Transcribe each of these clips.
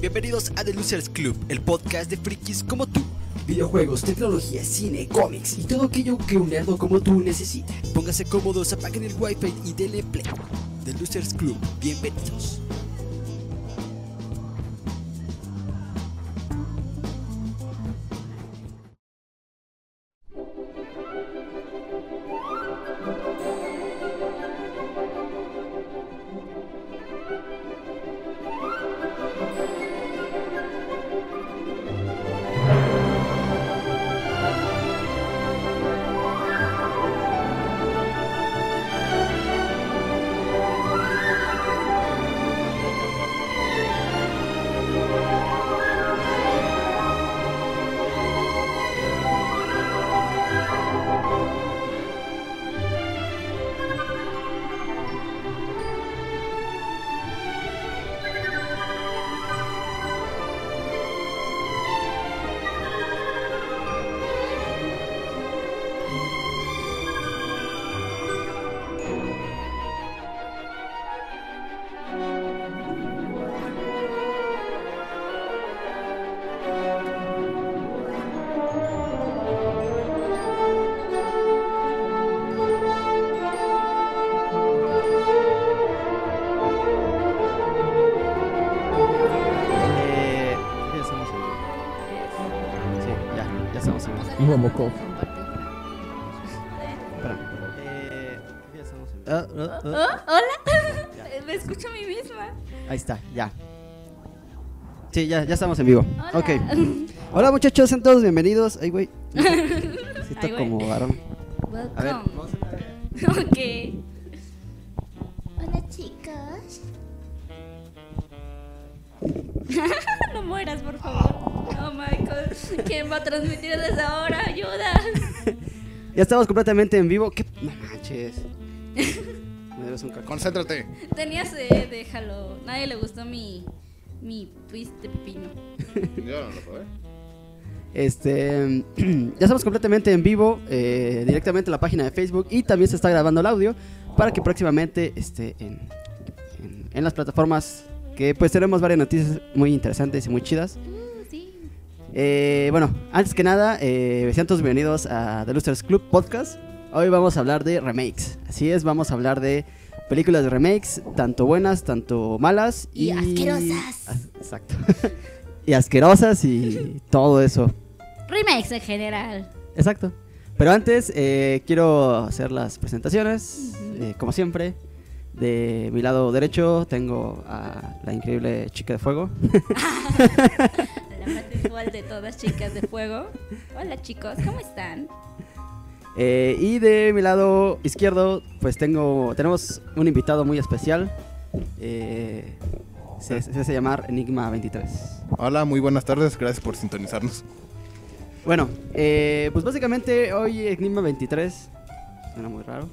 Bienvenidos a The Losers Club, el podcast de frikis como tú. Videojuegos, tecnología, cine, cómics y todo aquello que un nerdo como tú necesita. Póngase cómodos, apaguen el wifi y denle play. The Losers Club, bienvenidos. Eh, ya estamos en Sí, ya, ya estamos en Y Robocop. Espera. Eh, ya estamos en Ah, ah, ah. Oh, hola. Me escucho a mí misma. Ahí está, ya. Sí, ya, ya estamos en vivo. Hola. Ok. Hola muchachos, sean todos bienvenidos. Ay, güey. Ay, Siento güey. como varón. A ver, Welcome. Ok. Hola, chicos. no mueras, por favor. Oh, Michael. ¿Quién va a transmitir desde ahora? Ayuda. ya estamos completamente en vivo. ¿Qué? No manches. Me debes un cacón. Concéntrate. Tenía sed, déjalo. Nadie le gustó mi. Mi twist de pepino. Yo no lo probé. Este, ya estamos completamente en vivo, eh, directamente en la página de Facebook y también se está grabando el audio para que próximamente esté en, en- en las plataformas que pues tenemos varias noticias muy interesantes y muy chidas. Uh, sí. Eh, bueno, antes que nada, eh, sean todos bienvenidos a The Losers Club Podcast. Hoy vamos a hablar de remakes. Así es, vamos a hablar de películas de remakes, tanto buenas, tanto malas Y asquerosas. As- Exacto. y asquerosas y todo eso. Remakes en general. Exacto. Pero antes eh, quiero hacer las presentaciones, eh, como siempre. De mi lado derecho tengo a la increíble chica de fuego. La más igual de todas chicas de fuego. Hola, chicos. ¿Cómo están? Eh, y de mi lado izquierdo, pues tengo tenemos un invitado muy especial. Eh, se, se hace llamar Enigma 23. Hola, muy buenas tardes. Gracias por sintonizarnos. Bueno, eh, pues básicamente hoy Enigma 23. Suena muy raro.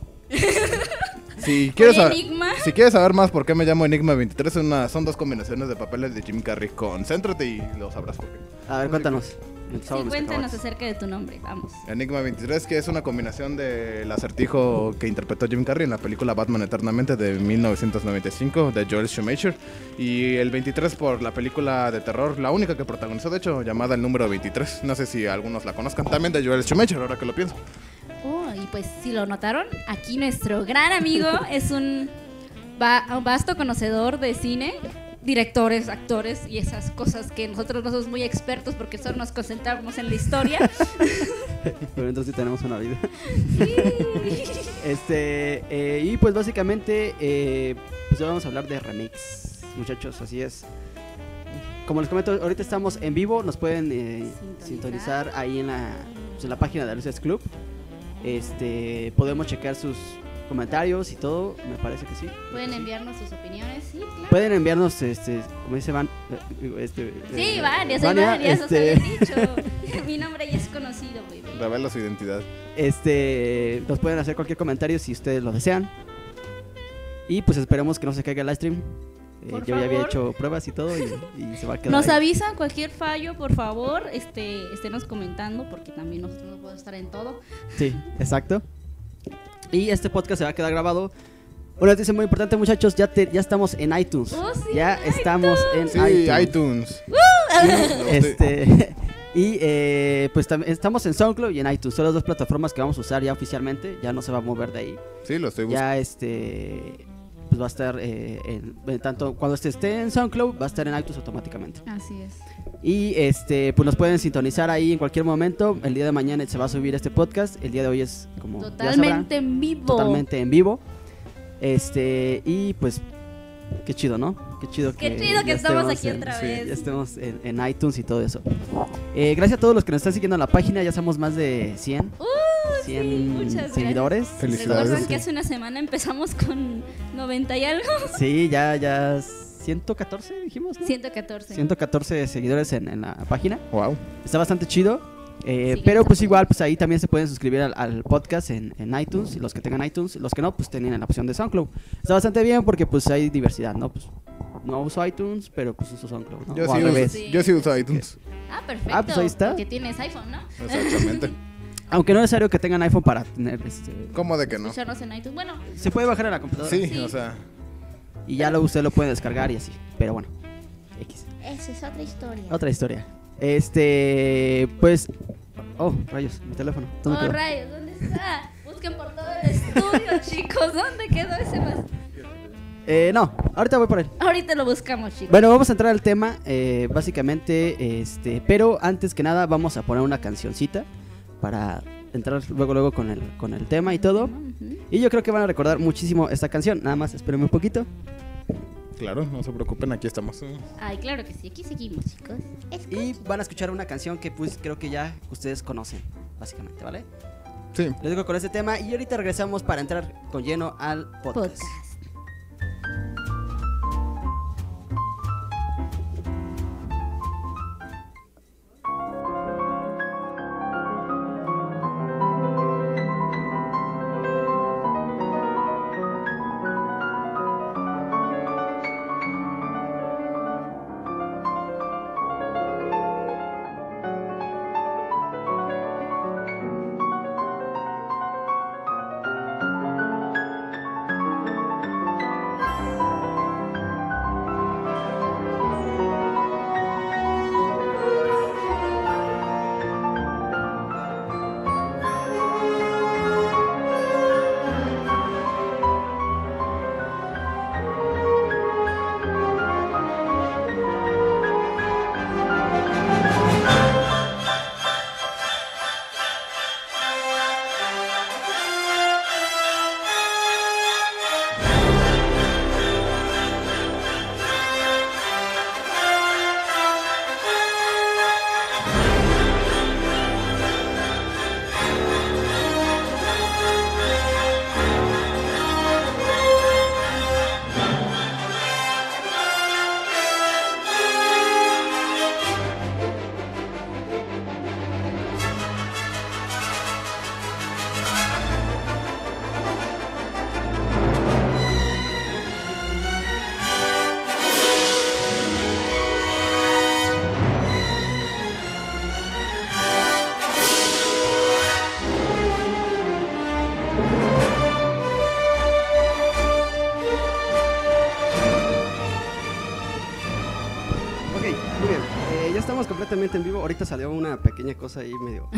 Si quieres, Oye, saber, Enigma. si quieres saber más por qué me llamo Enigma 23, son una- son dos combinaciones de papeles de Jim Carrey. Concéntrate y lo sabrás por qué. A ver, cuéntanos. Empezamos Sí, mis cuéntanos cacahuates. acerca de tu nombre. Vamos. Enigma 23, que es una combinación del acertijo que interpretó Jim Carrey en la película Batman Eternamente de 1995 de Joel Schumacher y el 23 por la película de terror, la única que protagonizó de hecho, llamada El número 23. No sé si algunos la conozcan, también de Joel Schumacher, ahora que lo pienso. Oh, y pues si lo notaron, aquí nuestro gran amigo es un va- un vasto conocedor de cine, directores, actores y esas cosas que nosotros no somos muy expertos porque solo nos concentramos en la historia. Pero entonces sí tenemos una vida. Sí. Este, eh, y pues básicamente, eh, pues hoy vamos a hablar de remix, muchachos, así es. Como les comento, ahorita estamos en vivo, nos pueden eh, Sintonizar. sintonizar. ahí en la, pues, en la página de Luces Club. Este, podemos checar sus comentarios y todo, me parece que sí. Pueden enviarnos sus opiniones, sí, claro. Pueden enviarnos, este, como dice Van, eh, este, Sí, eh, varias, hay Vania, varias, os este, habéis dicho. Mi nombre ya es conocido, baby. Revela su identidad. Este, nos pueden hacer cualquier comentario si ustedes lo desean. Y pues esperemos que no se caiga el live stream. Eh, Por yo ya había favor. hecho pruebas y todo y, y se va a quedar. Nos ahí. avisan cualquier fallo, por favor, este, esténos comentando porque también nosotros no podemos estar en todo. Sí, exacto. Y este podcast se va a quedar grabado Una noticia muy importante, muchachos, ya, te- ya estamos en iTunes. Oh, sí, ya en estamos en Sí, iTunes. iTunes. Este, y eh, pues tam- estamos en SoundCloud y en iTunes. Son las dos plataformas que vamos a usar ya oficialmente. Ya no se va a mover de ahí. Sí, lo estoy buscando. Ya este pues va a estar eh, en, en tanto cuando este esté en SoundCloud va a estar en iTunes automáticamente. Así es. Y este pues nos pueden sintonizar ahí en cualquier momento. El día de mañana se va a subir este podcast. El día de hoy es como ya sabrán, Totalmente en vivo. totalmente en vivo. Este y pues qué chido, ¿no? Qué chido Qué que chido que ya estamos estemos aquí en- otra sí, vez. ya estemos en, en iTunes y todo eso. Eh, gracias a todos los que nos están siguiendo en la página, ya somos más de 100, Uh, 100 sí, muchas gracias. seguidores. Felicidades. ¿Recuerdan sí. que hace una semana empezamos con 90 y algo? Sí, ya, ya 114 dijimos, ¿no? 114. 114 seguidores en, en la página. Wow. Está bastante chido. eh, Sí, pero está pues cool. igual, pues ahí también se pueden suscribir al, al podcast en, en iTunes, los que tengan iTunes, los que no, pues tienen la opción de SoundCloud. Está bastante bien porque pues hay diversidad, ¿no? Pues no uso iTunes, pero pues uso SoundCloud, ¿no? Yo O al sí, revés. uso, Sí. yo sí uso iTunes. Ah, perfecto. Ah, pues ahí está. Porque tienes iPhone, ¿no? Exactamente. Aunque no es necesario que tengan iPhone para tener este... ¿Cómo de que no? Escucharnos en iTunes. Bueno, Se puede bajar a la computadora Sí, Sí. o sea. y ya lo, usted lo puede descargar y así. Pero bueno, X. Esa es otra historia. Otra historia. Este, pues... Oh, rayos, mi teléfono. ¿Dónde oh quedó? rayos, ¿dónde está? Busquen por todo el estudio, chicos. ¿Dónde quedó ese más? Eh, no, ahorita voy por él. Ahorita lo buscamos, chicos. Bueno, vamos a entrar al tema, eh, básicamente, este, pero antes que nada vamos a poner una cancioncita para entrar luego luego con el, con el tema y todo. Ujú. Y yo creo que van a recordar muchísimo esta canción, nada más espérenme un poquito. Claro, no se preocupen, aquí estamos. Ay, claro que sí. Aquí seguimos, chicos. Es que Y van a escuchar una canción que pues creo que ya ustedes conocen, básicamente, ¿vale? Sí. Les dejo con este tema y ahorita regresamos para entrar con lleno al podcast. Podcast. Ok, muy bien. Eh, ya estamos completamente en vivo. Ahorita salió una pequeña cosa ahí medio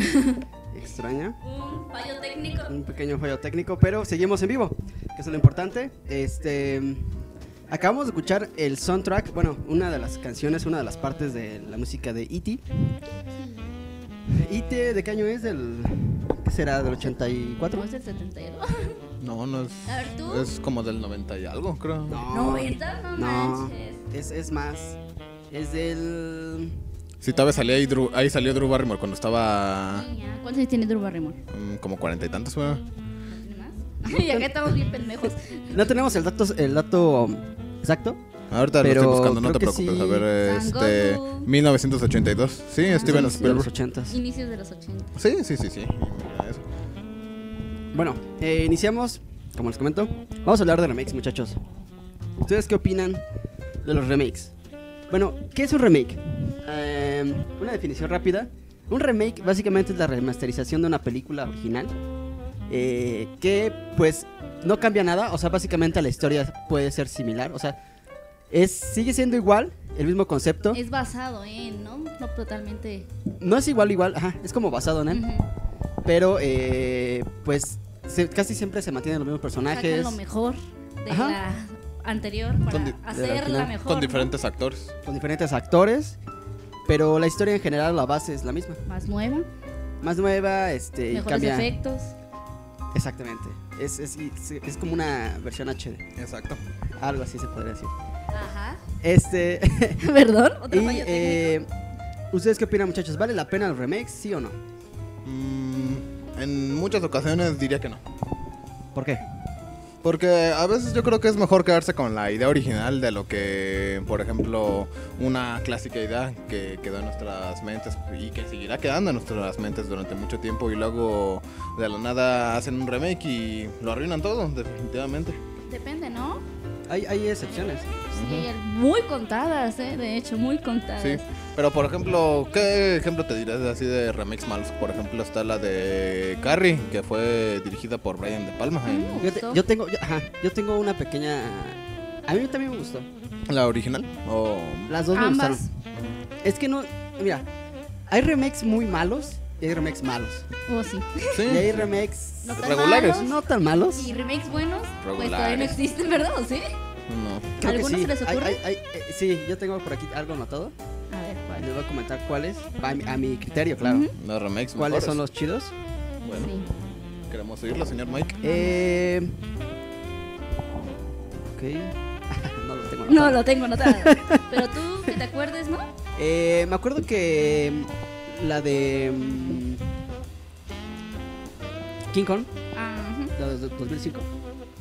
extraña. Un fallo técnico. un pequeño fallo técnico, pero seguimos en vivo, que es lo importante. Este, acabamos de escuchar el soundtrack, bueno, una de las canciones, una de las partes de la música de E E.T. E.T. ¿de qué año es? Del, ¿Qué será? ¿Del 84? ¿Cómo es el 72? Ah. No, no es. A ver, tú. Es como del 90 y algo, creo. ¿90? no, No, manches. es, es más, es del... Sí, tal vez salía ahí, Drew- ahí salió Drew Barrymore cuando estaba Niña, ¿Cuántos años tiene Drew Barrymore? mm, como cuarenta y tantos, güey. ¿Tiene más? Y acá estamos bien pendejos. No tenemos el dato, el dato um, exacto. Ahorita Pero lo estoy buscando, no te creo que preocupes. sí. Ah, A ver, Van este. Gogh. 1982. Sí, Steven sí, sí. De los Spielberg. 80 Inicios de los 80. Sí, sí, sí, sí. Mira eso. Bueno, eh, iniciamos, como les comento, vamos a hablar de remakes, muchachos. ¿Ustedes qué opinan de los remakes? Bueno, ¿qué es un remake? Eh, una definición rápida. Un remake básicamente es la remasterización de una película original eh, que pues no cambia nada, o sea, básicamente la historia puede ser similar, o sea, es, sigue siendo igual, el mismo concepto, Es basado en, ¿no? No totalmente. no es igual igual, ajá, es como basado en él, Ujú. pero eh, pues se- casi siempre se mantienen los mismos Sacan personajes, lo mejor de Ajá. la anterior Con para di- de la hacerla original. mejor. Con ¿no? diferentes actores. con diferentes actores, pero la historia en general, la base es la misma, Más nueva, más nueva, este, y mejores cambia, efectos. exactamente, es, es, es como una versión HD, Exacto. algo así se podría decir. Ajá. Este, ¿Perdón? ¿Otra y falla técnica? eh, ¿ustedes qué opinan muchachos? ¿Vale la pena el remake, sí o no? Mm, en muchas ocasiones diría que no. ¿Por qué? Porque a veces yo creo que es mejor quedarse con la idea original de lo que, por ejemplo, una clásica idea que quedó en nuestras mentes y que seguirá quedando en nuestras mentes durante mucho tiempo y luego de la nada hacen un remake y lo arruinan todo, definitivamente. Depende, ¿no? Hay, hay excepciones. Sí, el- muy contadas, ¿eh? De hecho, muy contadas. Sí. Pero por ejemplo, ¿qué ejemplo te dirás así de remakes malos? Por ejemplo, está la de Carrie, que fue dirigida por Brian De Palma. Mm. Yo, te- Gustó. yo tengo, yo, ajá, yo tengo una pequeña. A mí también me gustó. ¿La original? O... Las dos me Ambas. gustaron. Es que no, mira, hay remakes muy malos y hay remakes malos. Oh, sí. Sí. Y hay remakes No tan Regulares. malos. no tan malos. Y remakes buenos, pues todavía no Regulares. existen, ¿verdad? ¿O sí? No. Creo que ¿Algunos sí. se les Hay- ocurre? hay- hay- eh, sí, yo tengo por aquí algo anotado. A ver, Les ¿cuál? voy a comentar cuáles, a mi, a mi criterio, claro. Ujú. Los remakes ¿Cuáles mejores. son los chidos? Bueno, Sí. queremos oírlo, señor Mike. Eh, ok. no lo tengo. No, anotado. lo tengo anotado. Pero tú, que te acuerdes, ¿no? Eh, me acuerdo que mm, la de mm, King Kong, Ah, ujú. la de 2005.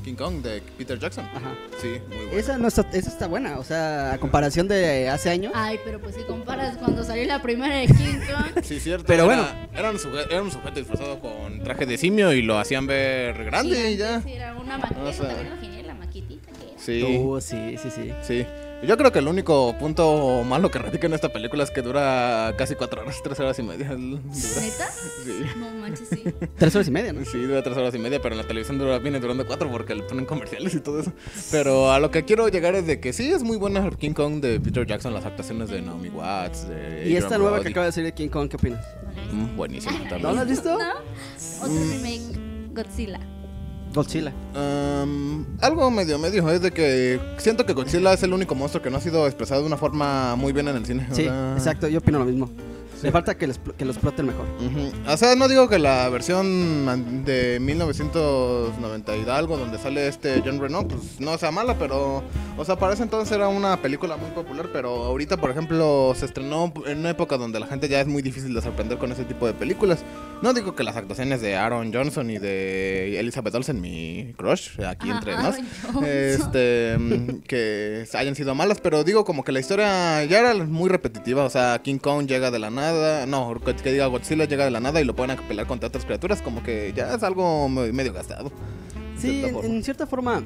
King Kong de Peter Jackson. Ajá. Sí, muy bueno. Esa, no está, esa está buena, o sea, a comparación de hace años. Ay, pero pues si comparas cuando salió la primera de King Kong, Sí, cierto. Pero era- bueno. Era un, suje- era un sujeto disfrazado con traje de simio y lo hacían ver grande sí, y ya. sí, era una maqueta, O sea. también lo genial, la maquetita que era. Sí. Oh, sí, sí, sí. Sí. Yo creo que el único punto malo que radica en esta película es que dura casi cuatro horas, tres horas y media. ¿Neta? Sí. No manches, sí. Tres horas y media, ¿no? Sí, dura tres horas y media, pero en la televisión dura, viene durando cuatro porque le ponen comerciales y todo eso. Pero a lo que quiero llegar es de que sí es muy buena King Kong de Peter Jackson, las actuaciones de Naomi Watts. De Y esta Adrian nueva Brody. que acaba Ah, de salir de King Kong, ¿qué opinas? Mm, buenísima Ay, ¿No también. la has visto? Mm. ¿No? Otro remake, Godzilla. Godzilla. Um, algo medio medio es de que siento que Godzilla es el único monstruo que no ha sido expresado de una forma muy bien en el cine. o Sí, sea, exacto, yo opino lo mismo. Sí. Le falta que, les, que lo exploten mejor. Ujú. O sea, no digo que la versión man- de 1990 y algo donde sale este John Reno, pues no sea mala, pero, o sea, para ese entonces era una película muy popular, pero ahorita, por ejemplo, se estrenó en una época donde la gente ya es muy difícil de sorprender con ese tipo de películas. No digo que las actuaciones de Aaron Johnson y de Elizabeth Olsen, mi crush, aquí entre Ajá, nos, Johnson. este, mm, que hayan sido malas, pero digo como que la historia ya era muy repetitiva, o sea, King Kong llega de la nada, no, que que diga Godzilla llega de la nada y lo pueden pelear contra otras criaturas, como que ya es algo me- medio gastado. de Sí, cierta en, forma. en cierta forma.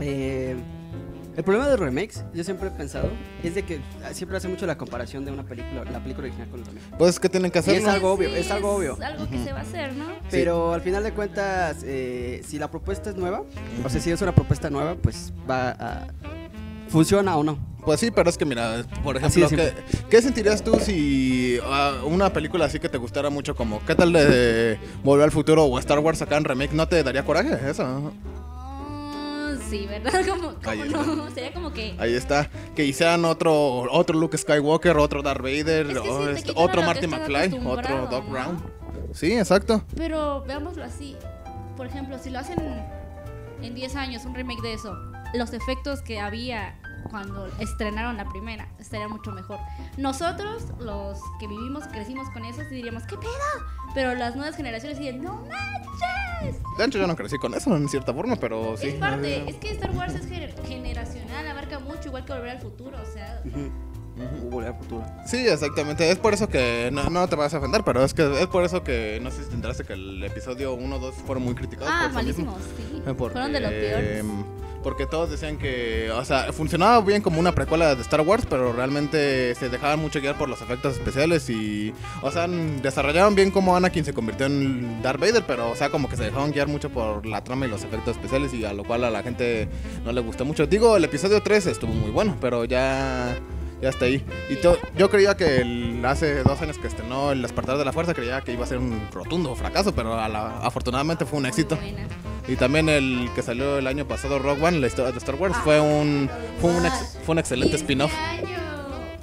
eh, el problema de los remakes, yo siempre he pensado, es de que ah, siempre hace mucho la comparación de una película, la película original con el remake. Pues que tienen que Y es hacerlo. algo obvio, es algo obvio. Es algo que se va a hacer, ¿no? Pero al final de cuentas, eh, si la propuesta es nueva, o sea, si es una propuesta nueva, pues va a. funciona o no. Pues sí, pero es que mira, por Así ejemplo, de ¿qué, qué sentirías tú si ah, una película así que te gustara mucho como qué tal de Volver al Futuro o Star Wars acá en remake no te daría coraje eso? Ah, Sí, ¿verdad? Como, como Ahí está. no, sería como que... Ahí está, que hicieran otro otro Luke Skywalker, otro Darth Vader, Es que sí, o te este- quitan otro a lo Marty que estás McFly, otro acostumbrado, Doc ¿no? Brown. Sí, exacto. Pero veámoslo así. Por ejemplo, si lo hacen en 10 años, un remake de eso, los efectos que había cuando estrenaron la primera estaría mucho mejor. Nosotros, los que vivimos, crecimos con eso, sí diríamos, ¿qué pedo? Pero las nuevas generaciones dirían, no manches. De hecho yo no crecí con eso en cierta forma, pero sí. es parte, es que Star Wars es gener- generacional, abarca mucho, igual que volver al futuro, o sea. Hubo volver al futuro. Sí, exactamente. Es por eso que no, no te vas a ofender, pero es que es por eso que no sé si te enteraste que el episodio 1 o 2 fueron muy criticados. por Ah, eso mismo. malísimos, sí. Eh, Porque, Fueron de los peores. em, Porque todos decían que, o sea, funcionaba bien como una precuela de Star Wars, pero realmente se dejaban mucho guiar por los efectos especiales y, o sea, n- desarrollaron bien como Anakin se convirtió en Darth Vader, pero, o sea, como que se dejaban guiar mucho por la trama y los efectos especiales y a lo cual a la gente no le gustó mucho. Digo, el episodio 3 estuvo muy bueno, pero ya... Ya está ahí. Y to- yo creía que el- hace dos años que estrenó El Despertar de la Fuerza, creía que iba a ser un rotundo fracaso, pero a la- afortunadamente fue un éxito. Muy buena. Y también el que salió el año pasado, Rogue One, la historia de Star Wars, fue un fue un, ex- fue un excelente Este spin-off. año.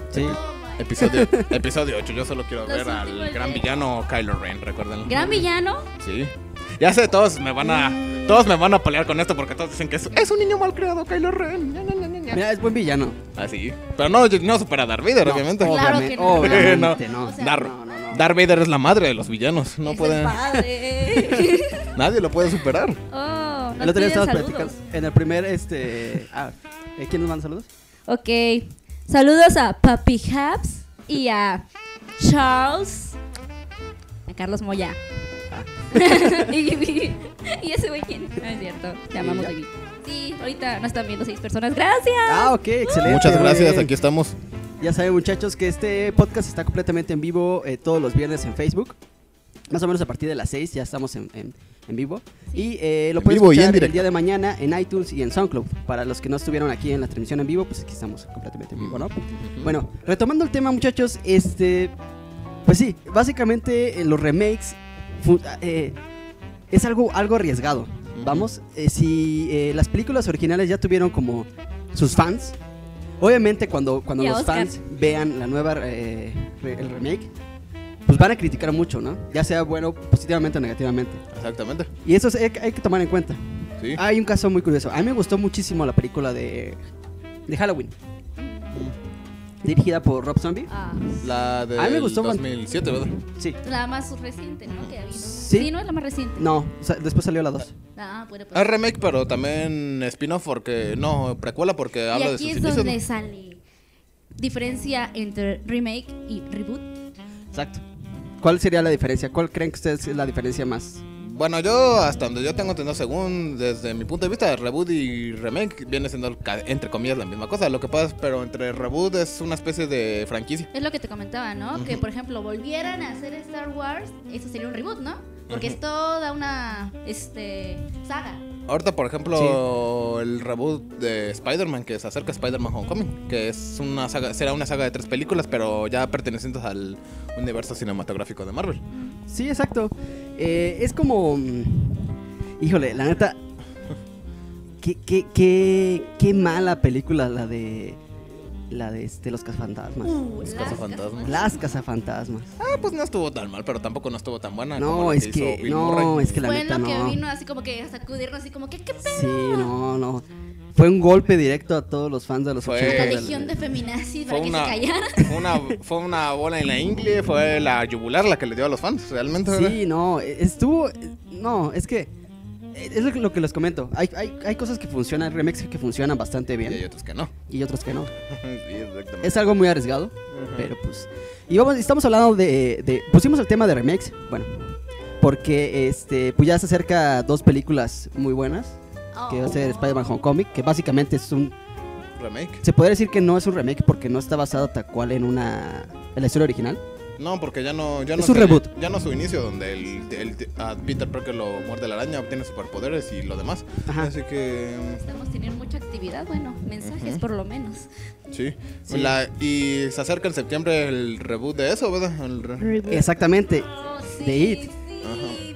Sí. Oh my Episodio, episodio 8, yo solo quiero Los ver al últimos gran de- villano Kylo Ren, recuérdenlo. God. Gran villano. Mm. Sí. Ya sé, todos me van a todos me van a pelear con esto porque todos dicen que es, es un niño mal creado Kylo Ren. ña, ña, ña, ña, ña. Mira, es buen villano. Así. Pero no, no supera a Darth Vader, No, obviamente. Claro Obviamente, que no. obviamente no. O sea, Dar- No, no, no. Darth Vader es la madre de los villanos, no es puede El padre. nadie lo puede superar. oh, El otro día estábamos platicando. platicando. En el primer, este. ah, eh, ¿Quién nos manda saludos? Ok. Saludos a Papi Habs y a Charles. A Carlos Moya. y, y- y ese güey quién. No es cierto. Te amamos, ya. David. Sí, ahorita nos están viendo seis personas. Gracias. Ah, ok, excelente. Muchas gracias, güey. aquí estamos. Ya saben, muchachos, que este podcast está completamente en vivo eh, todos los viernes en Facebook. Más o menos a partir de las 6 ya estamos en, en- en vivo. Y eh, lo En pueden vivo y en escuchar el directo. día de mañana en iTunes y en SoundCloud. Para los que no estuvieron aquí en la transmisión en vivo, pues aquí estamos completamente en vivo, ¿no? Bueno, retomando el tema, muchachos, este. Pues sí, básicamente eh, los remakes fu- eh, es algo, algo arriesgado. Vamos, eh, si eh, las películas originales ya tuvieron como sus fans, obviamente cuando, cuando Y a los Oscar. fans vean la nueva, eh, re- el remake, pues van a criticar mucho, ¿no? Ya sea bueno, positivamente o negativamente. Exactamente. Y eso es- hay, hay que tomar en cuenta. Sí. Hay un caso muy curioso. A mí me gustó muchísimo la película de, de Halloween, dirigida por Rob Zombie. Ah, La de A mí me gustó man- 2007, ¿verdad? Sí. la más reciente, ¿no? Que ha habido. Sí. no es la más reciente. No, sa- después salió la 2. Ah, bueno, pues. Es remake, pero también spin-off porque no, precuela porque Y habla de sus aquí es inicios. donde sale diferencia entre remake y reboot. Exacto. ¿Cuál sería la diferencia? ¿Cuál creen que ustedes es la diferencia más? Bueno, yo hasta donde yo tengo entendido, según desde mi punto de vista, reboot y remake viene siendo ca- entre comillas la misma cosa. Lo que pasa, es- pero entre reboot es una especie de franquicia. Es lo que te comentaba, ¿no? Que por ejemplo volvieran a hacer Star Wars, eso sería un reboot, ¿no? Porque es toda una este saga. Ahorita, por ejemplo, el reboot de Spider-Man que se acerca a Spider-Man Homecoming, que es una saga, será una saga de tres películas, pero ya pertenecientes al universo cinematográfico de Marvel. Sí, exacto. Eh, es como... mm, Híjole, la neta... Qué, qué, qué, qué mala película la de... La de este, los cazafantasmas. Uh, Los las cazafantasmas. casas- Las cazafantasmas. Ah, pues no estuvo tan mal, pero tampoco no estuvo tan buena. como No, la es hizo que... Bill No, Murray. es que la Fue neta lo que no. vino así como que a sacudirnos así como que qué pedo. Sí, no, no. Fue un golpe directo a todos los fans de los Fue- La 80. Eh, legión de feminazis fue para que una- se callaran. Fue una, fue una bola en la ingle, fue la yugular la que le dio a los fans, realmente. ¿verdad? Sí, no, e- estuvo... e- No, es que... e- Es lo que- lo que les comento. Hay, hay, hay cosas que funcionan, remakes que funcionan bastante Y hay bien otros que no. y otros que no. Sí, exactamente. Es algo muy arriesgado, pero pues... Y vamos, estamos hablando de, de- Pusimos el tema de remakes, bueno. Porque, este, pues ya se acerca dos películas muy buenas. Oh. Que va a ser Spider-Man Homecoming, que básicamente es un... Remake. Se podría decir que no es un remake porque no está basado tal cual en una... En la historia original. No, porque ya no. Ya no Es un se- reboot. Ya no su inicio, donde el, el- a Peter Parker lo muerde la araña, obtiene superpoderes y lo demás. Ajá. Así que. mm, Estamos teniendo mucha actividad, bueno, mensajes Ujú. por lo menos. Sí. Sí. La- y se acerca en septiembre el reboot de eso, ¿verdad? El re- Exactamente. Oh, sí, De It. sí.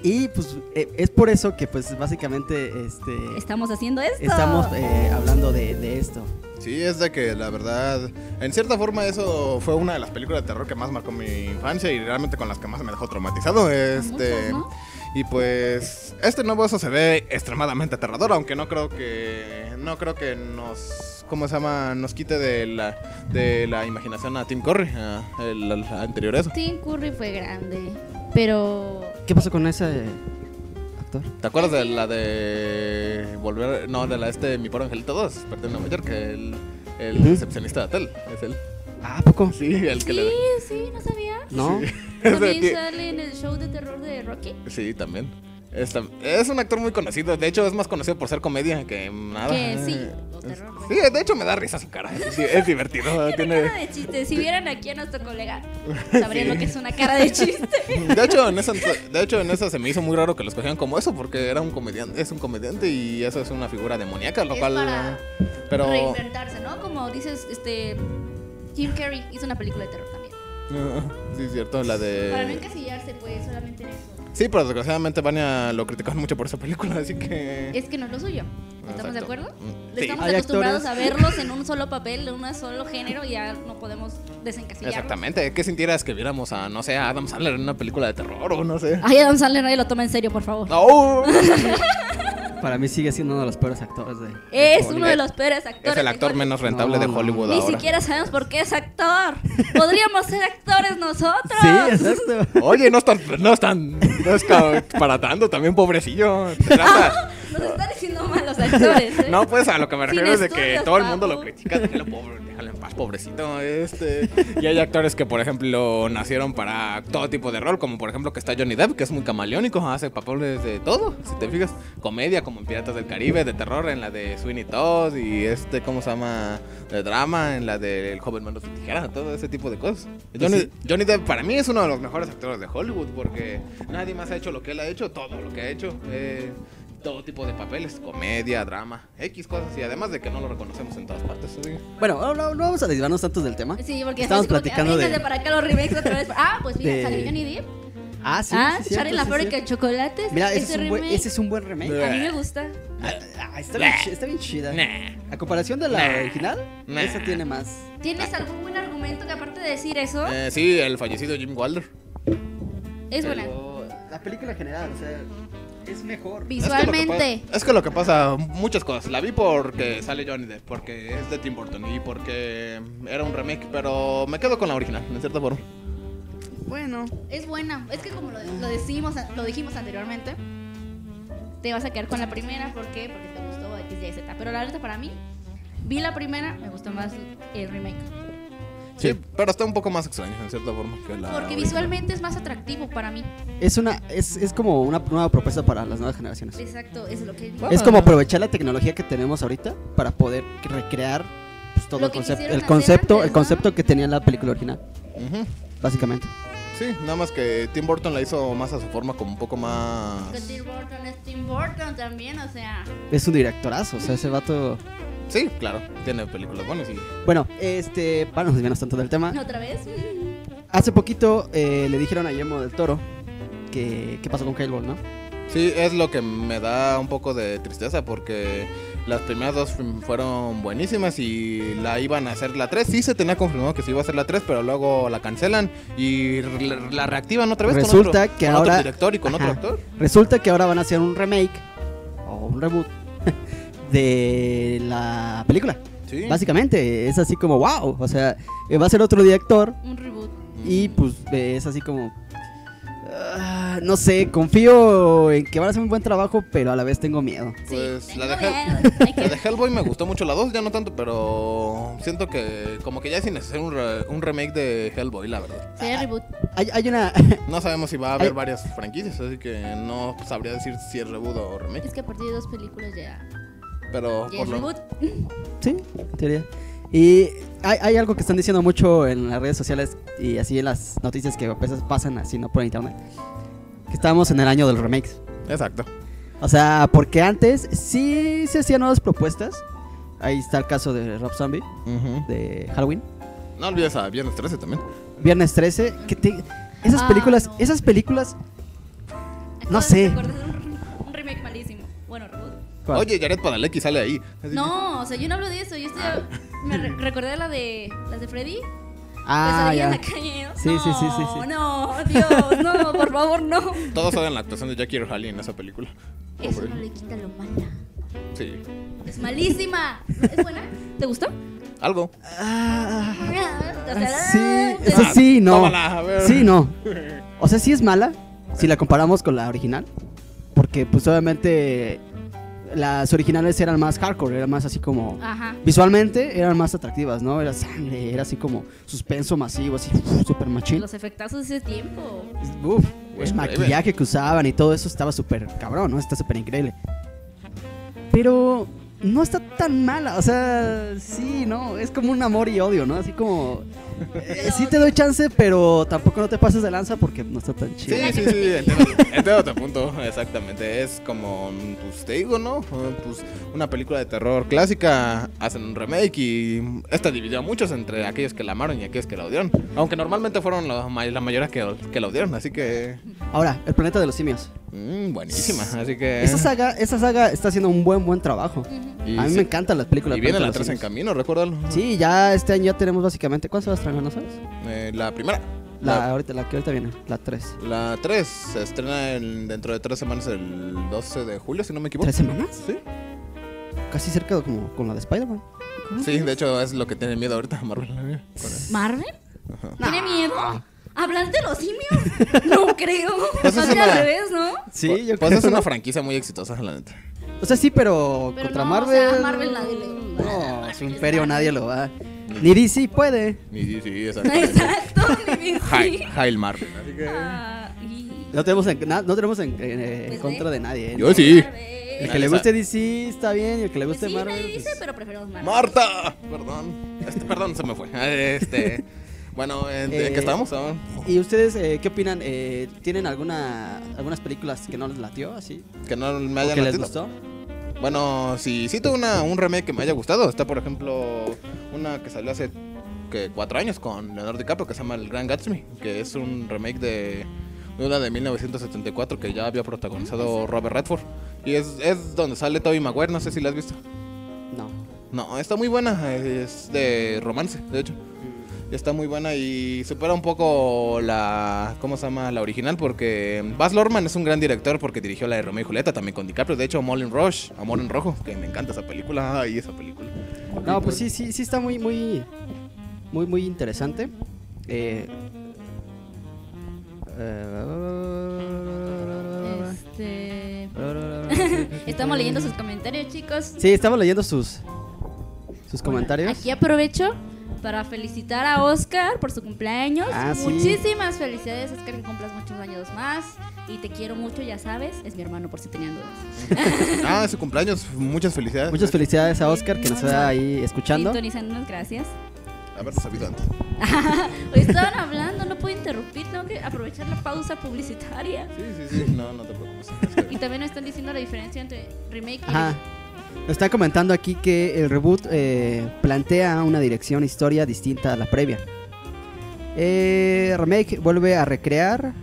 Y pues eh, es por eso que pues básicamente este, Estamos haciendo esto. estamos eh, hablando de, de esto. Sí, es de que la verdad, en cierta forma eso fue una de las películas de terror que más marcó mi infancia y realmente con las que más me dejó traumatizado. muchas, Este, ¿no? Y pues este nuevo eso se ve extremadamente aterrador, aunque no creo que no creo que nos cómo se llama nos quite de la de la imaginación a Tim Curry, a- el, al- anterior a eso. Tim Curry fue grande, pero ¿Qué pasó con ese actor? ¿Te acuerdas de la de volver no de la este mi pobre angelito 2, Perdido en Nueva York, el el Ujú. recepcionista de hotel, es él. Ah, ¿a poco? Sí, el Sí, que le. sí, no sabía. No. Es de También ti- sale en el show de terror de Rocky. Sí, también. Es, tam- es un actor muy conocido. De hecho, es más conocido por ser comedia que nada. Que sí, o terror. Ah, Sí, Pues. de hecho me da risa su cara. Es, es divertido. Tiene cara Tiene... de chiste. Si vieran aquí a nuestro colega, sabrían lo que es una cara de chiste. De hecho, en esa, de hecho, en esa se me hizo muy raro que lo escogieran como eso, porque era un comediante, es un comediante y eso es una figura demoníaca, lo Es cual. para Pero. Reinventarse, ¿no? Como dices, este. Jim Carrey hizo una película de terror también. Sí, es cierto, la Para no de. encasillarse, pues, solamente en eso. Sí, pero desgraciadamente Vania lo criticaron mucho por esa película, así que. Es que no es lo suyo. ¿Estamos de Eh. Ah, Exacto. acuerdo? Mm, sí. Estamos Hay acostumbrados actores- a verlos en un solo papel, en un solo género, y ya no podemos desencasillarlos. Exactamente. ¿Qué sintieras que viéramos a, no sé, a Adam Sandler en una película de terror o no sé? Ay, Adam Sandler, nadie lo toma en serio, por favor. ¡No! Para mí sigue siendo uno de los peores actores de. Es Hollywood. uno de los peores actores. Es el de actor Hollywood. menos rentable de No, no. Hollywood Ni ahora. siquiera sabemos por qué es actor. Podríamos ser actores nosotros. Sí, exacto. Oye, no es tan, no es tan, no es ca- para tanto, también pobrecillo. Te trata- Nos está diciendo mal los actores. ¿eh? No, pues a lo que me Sin refiero es de que estudios, todo el mundo papu. lo critica, déjalo pobre, déjalo en paz, pobrecito. Este. Y hay actores que, por ejemplo, nacieron para todo tipo de rol, como por ejemplo que está Johnny Depp, que es muy camaleónico, hace papeles de todo, si te fijas. Comedia, como en Piratas del Caribe, de terror, en la de Sweeney Todd, y este, ¿cómo se llama? De drama, en la de El joven manos de tijera, todo ese tipo de cosas. Johnny, Johnny Depp para mí es uno de los mejores actores de Hollywood, porque nadie más ha hecho lo que él ha hecho, todo lo que ha hecho. eh, todo tipo de papeles, comedia, drama, X cosas, y además de que no lo reconocemos en todas partes. ¿sí? Bueno, no, no- no vamos a desviarnos tanto del tema. Sí, porque Estamos así como platicando que, "Ah, de- véngase para acá los remakes otra vez. Ah, pues mira, De- salió Johnny Depp. Ah, sí. ah, sí, cierto, Charlie en la sí, fábrica cierto. de chocolates. Mira, ese Ese es, un buen, remake. ese es un buen remake. A mí me gusta. Ah, ah, está, bien, chi- está bien chida. Nah. A comparación de la Nah. original, Nah. esa tiene más. ¿Tienes algún buen argumento que aparte de decir eso, Eh, sí, el fallecido Jim Wilder. es buena? Pero La película en general, o sea, es mejor. Visualmente. Es que, lo que pa- es que lo que pasa, muchas cosas. La vi porque sale Johnny Depp, porque es de Tim Burton y porque era un remake, pero me quedo con la original, en cierta forma. Bueno. Es buena. Es que como lo, lo decimos, lo dijimos anteriormente, te vas a quedar con la primera. ¿Por qué? Porque te gustó X, Y, Z. Pero la verdad para mí, vi la primera, me gustó más el remake. Sí, pero está un poco más extraño, en cierta forma, que la. Porque original. visualmente es más atractivo para mí. Es una, es, es como una nueva propuesta para las nuevas generaciones. Exacto, es lo que digo. Es como aprovechar la tecnología que tenemos ahorita para poder recrear pues, todo Lo el que concepto, quisieron el hacer concepto, antes, el ¿no? concepto que tenía la película original, Ujú. básicamente. Sí, nada más que Tim Burton la hizo más a su forma, como un poco más. Que Tim Burton es Tim Burton también, o sea. Es un directorazo, o sea, ese vato. Sí, claro, tiene películas buenas y. Bueno, este, para no desviarnos tanto del tema. ¿Otra vez? Hace poquito eh, le dijeron a Guillermo del Toro que qué pasó con Hellboy, ¿no? Sí, es lo que me da un poco de tristeza porque las primeras dos fum- fueron buenísimas y la iban a hacer la 3. Sí se tenía confirmado que se iba a hacer la 3, pero luego la cancelan y re- la la reactivan otra vez con Resulta otro, que con ahora- otro director y con Ajá. otro actor. Resulta que ahora van a hacer un remake o un reboot de la película. Sí. Básicamente, es así como wow, o sea, eh, va a ser otro director Un reboot. y Mm. pues eh, es así como ah, no sé, confío en que van a hacer un buen trabajo, pero a la vez tengo miedo. Pues, sí, la tengo dejé- miedo. Hay que- La de Hellboy me gustó mucho la 2, ya no tanto, pero siento que como que ya es innecesario un, re- un remake de Hellboy, la verdad. Sería reboot. Hay, hay una No sabemos si va a haber Ay. varias franquicias, así que no sabría decir si es reboot o remake, Es que a partir de dos películas ya. pero Ya es reboot. Sí, en teoría. Y hay, hay algo que están diciendo mucho en las redes sociales y así en las noticias que a veces pasan así, no por internet. Que estábamos en el año del remakes. Exacto. O sea, porque antes sí se hacían nuevas propuestas. Ahí está el caso de Rob Zombie, Ujú. de Halloween. No olvides a Viernes 13 también. Viernes 13, que te- Esas Ah, películas, no. esas películas... Acabo No de sé. recordar Un un remake malísimo. Bueno, reboot. ¿Cuál? Oye, Jared Padalecki sale ahí. Así No, o sea, yo no hablo de eso. Yo estoy. Me re- recordé la de. Las de Freddy. ah, Pesadilla en ya. la calle. Sí, sí, sí, sí, sí. No, no, Dios, no, por favor, no. que Todos saben la actuación de Jackie O'Halley en esa película. Eso Pobre. no le quita lo mala. Sí. Es malísima. ¿Es buena? ¿Te gustó? Algo. Ah, O sea, sí, te- es que sí, no. Tómala, a ver. Sí, no. O sea, sí es mala si la comparamos con la original. Porque, pues, obviamente, las originales eran más hardcore, eran más así como... Ajá. Visualmente eran más atractivas, ¿no? Era sangre, era así como suspenso masivo, así super machín. Los efectazos de ese tiempo. Uf, Güey, el maquillaje que usaban y todo eso estaba súper cabrón, ¿no? Está súper increíble. Pero no está tan mala, o sea, sí, no, es como un amor y odio, ¿no? Así como... eh, sí te doy chance, pero tampoco no te pases de lanza porque no está tan Sí, chido. sí, sí, sí, entiendo, entiendo tu punto, exactamente. Es como, pues te digo, ¿no? Pues una película de terror clásica, hacen un remake y esta dividió a muchos entre aquellos que la amaron y aquellos que la odiaron. Aunque normalmente fueron la, ma- la mayoría que, que la odiaron, así que... Ahora, el planeta de los simios. mm, buenísima, así que... Esa saga, esa saga está haciendo un buen, buen trabajo. Eh. y A mí sí, me encantan las películas. Y del viene Planeta la de los 3 en Simios. camino, recuérdalo. Sí, ya este año ya tenemos básicamente. ¿Cuál se va a estrenar, no sabes? Eh, la primera. La, ahorita, la que ahorita viene, la 3. La 3 se estrena en- dentro de 3 semanas el 12 de julio, si no me equivoco. ¿Tres semanas? Sí. Casi cerca de como con la de Spider-Man. Sí, de hecho es lo que tiene miedo ahorita Marvel. Con el- ¿Marvel? ¿Tiene miedo? ¿Hablar de los simios? No creo. Más es bien una- al revés, ¿no? Sí, yo pues es una franquicia muy exitosa, la neta. O sea, sí, pero, Pero contra no, o Marvel. sea, Marvel nadie le- No, su imperio nadie lo va. Ni DC puede. Y sí, sí, exactamente. Exacto, ni bien Hail, sí. Hail Marvel. Así que... Ah, y- No tenemos en, na- no tenemos en, en- en Pues, contra de nadie. ¿eh? Yo sí. Marvel. El que le guste DC está bien y el que le Pues guste sí, Marvel. nadie dice, pues- pero preferimos Marvel. Marta. Perdón. Este, perdón, se me fue. Este. Bueno, ¿en de Eh, qué estábamos? Ah, ¿Y ustedes eh, qué opinan? Eh, ¿Tienen alguna algunas películas que no les latió así? Que no me ¿O hayan que les gustó? latido. Bueno, si cito una, un remake que me haya gustado, está por ejemplo una que salió hace que cuatro años con Leonardo DiCaprio que se llama El Gran Gatsby, que es un remake de de una de 1974 que ya había protagonizado Robert Redford. Y es, es donde sale Tobey Maguire, no sé si la has visto. No. No, está muy buena, es de romance, de hecho. Está muy buena y supera un poco la. ¿Cómo se llama? La original, porque Baz Luhrmann es un gran director porque dirigió la de Romeo y Julieta también con DiCaprio. De hecho, Moulin Rush, Amor en Rojo, que me encanta esa película. Ay, esa película. No, pues sí, sí, sí está muy, muy, muy, muy interesante. Eh, eh, Este... Estamos leyendo sus comentarios, chicos. Sí, estamos leyendo sus sus comentarios. Aquí aprovecho para felicitar a Oscar por su cumpleaños. Ah, sí. Muchísimas felicidades, Oscar, que cumplas muchos años más. Y te quiero mucho, ya sabes. Es mi hermano, por si tenían dudas. Ah, su cumpleaños, muchas felicidades. Muchas felicidades a Oscar que nos está ahí escuchando. Sintonizándonos, gracias. Haber sabido antes. Hoy estaban hablando, no puedo interrumpir, tengo que aprovechar la pausa publicitaria. Sí, sí, sí. No, no te preocupes. Y también nos están diciendo la diferencia entre remake y... Ajá. Nos está comentando aquí que el reboot eh, plantea una dirección e historia distinta a la previa. Eh, remake vuelve a recrear,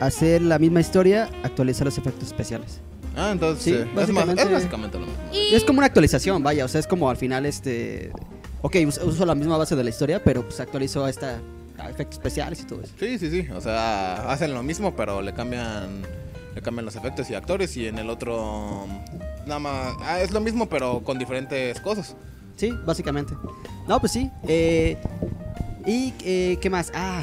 hacer la misma historia, actualizar los efectos especiales. Ah, entonces. Sí, eh, es, más- básicamente- es básicamente lo mismo. Y- Es como una actualización, vaya, o sea, es como al final este... Ok, us- uso la misma base de la historia, pero pues actualizo a esta a efectos especiales y todo eso. Sí, sí, sí. O sea, hacen lo mismo, pero le cambian, le cambian los efectos y actores. Y en el otro, nada más, ah, es lo mismo, pero con diferentes cosas. Sí, básicamente. No, pues sí. eh, ¿Y eh, qué más? Ah,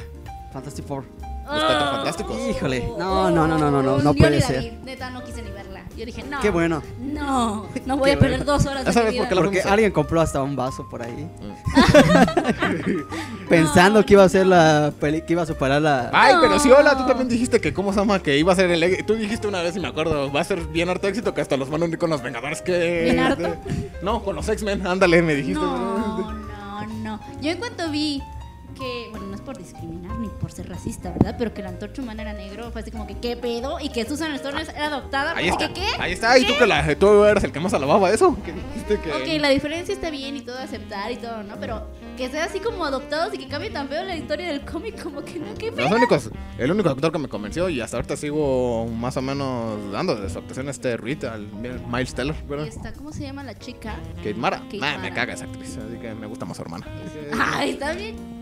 Fantastic Four. Oh. Los Cuatro Fantásticos. Híjole, no, no, no, no, no, no, no Yo puede ni la ser. vi, Neta, no quise ni verla. Yo dije, no. Qué bueno. No, no voy Qué a perder bueno. dos horas Ya de mi sabes por vida. qué la- Porque fuimos a- alguien compró hasta un vaso por ahí. Mm. Pensando que iba a ser la peli que iba a superar la. Ay, pero sí, hola, tú No. también dijiste que, ¿cómo se llama? Que iba a ser el. ex- Tú dijiste una vez, y me acuerdo, va a ser bien harto éxito que hasta los van a unir con los Vengadores. que ¿Bien harto? No, con los X-Men, ándale, me dijiste. No, no, no. Yo en cuanto vi que, bueno, no es por discriminar ni por ser racista, ¿verdad? Pero que la antorcha humana era negro, fue así como que, ¿qué pedo? Y que Susan Storm era adoptada. Ahí fue así está. que, ¿qué? Ahí está. Y tú que la, tú eres el que más alababa eso. Que dijiste que. Ok, la diferencia está bien y todo aceptar y todo, ¿no? Pero que sea así como adoptados y que cambie tan feo la historia del cómic, como que no, qué Los pedo. únicos, el único actor que me convenció y hasta ahorita sigo más o menos dando de su actuación este Reed, al Miles Teller, Y ¿verdad? está, ¿cómo se llama la chica? Kate Mara. Kate Mara. Nah, me caga esa actriz, así que me gusta más su hermana. Ay, está bien.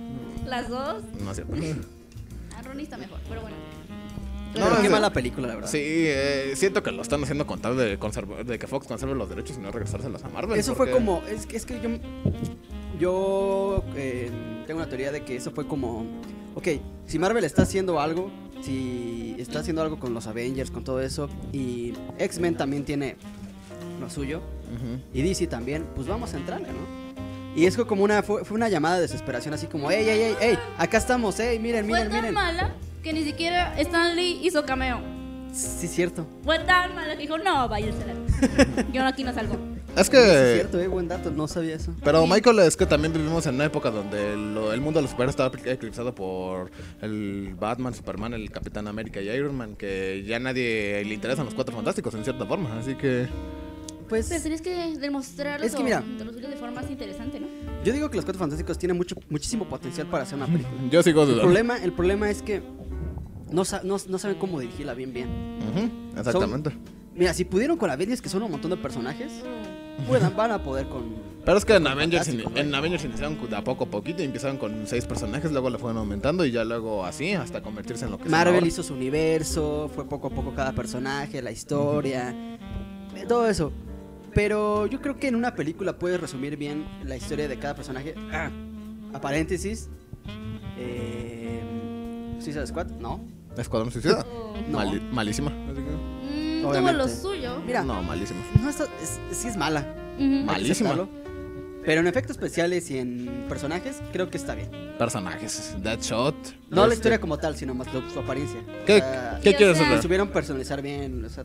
Las dos. No es cierto. Ah, Ronnie está mejor, pero bueno. No, No, qué sí. mala película, la verdad. Sí, eh, siento que lo están haciendo con tal de, conservar- de que Fox conserve los derechos y no regresárselos a Marvel. Eso fue porque- como. Es, que- es que yo. Yo. eh, tengo una teoría de que eso fue como. Ok, si Marvel está haciendo algo, si está haciendo algo con los Avengers, con todo eso, y X-Men también tiene lo suyo, y DC también, pues vamos a entrarle, ¿no? Y es como una, fue, fue una llamada de desesperación, así como, ¡ey, ey, ey, ey! Acá estamos, ¡ey, miren, Fue miren, tan miren! mala que ni siquiera Stan Lee hizo cameo. Sí, cierto. Fue tan mala que dijo, no, váyanse a la... Yo aquí no salgo. Es Sí, que. cierto, eh, buen dato, no sabía eso. Pero Michael, es que también vivimos en una época donde lo- el mundo de los superhéroes estaba eclipsado por el Batman, Superman, el Capitán América y Iron Man, que ya nadie le interesan los cuatro fantásticos en cierta forma. Así que. Pues Pero tienes que demostrarlo Es que mira- de forma más interesante, ¿no? yo digo que Los Cuatro Fantásticos tienen mucho, muchísimo potencial para hacer una película. Yo sigo El dudando. problema, el problema es que no, sa- no- no saben cómo dirigirla bien, bien. Ujú, exactamente. Mira, si pudieron con Avengers, que son un montón de personajes, puedan, van a poder con... Pero es que en Avengers, Fantástico, ini- güey. en Avengers iniciaron de a poco a poquito y empezaron con seis personajes, luego le fueron aumentando y ya luego así hasta convertirse en lo que son Marvel ahora. hizo su universo, fue poco a poco cada personaje, la historia, eh, todo eso. Pero yo creo que en una película puedes resumir bien la historia de cada personaje. Ah, a paréntesis, eh, Suicide Squad, no. Escuadrón Suicida. No. Mali- malísima. Mm, tuvo Ah. Obviamente. lo suyo. Mira, No, malísima. no está- es- sí es mala. Ujú. Ma- hay que Malísima. aceptarlo. Pero en efectos especiales y en personajes, creo que está bien. Personajes. Deadshot. No la Este, historia Ah, como tal, sino más lo- su apariencia. ¿Qué, O sea, qué Y, o quieres sea, hacer? Supieron personalizar bien. o sea,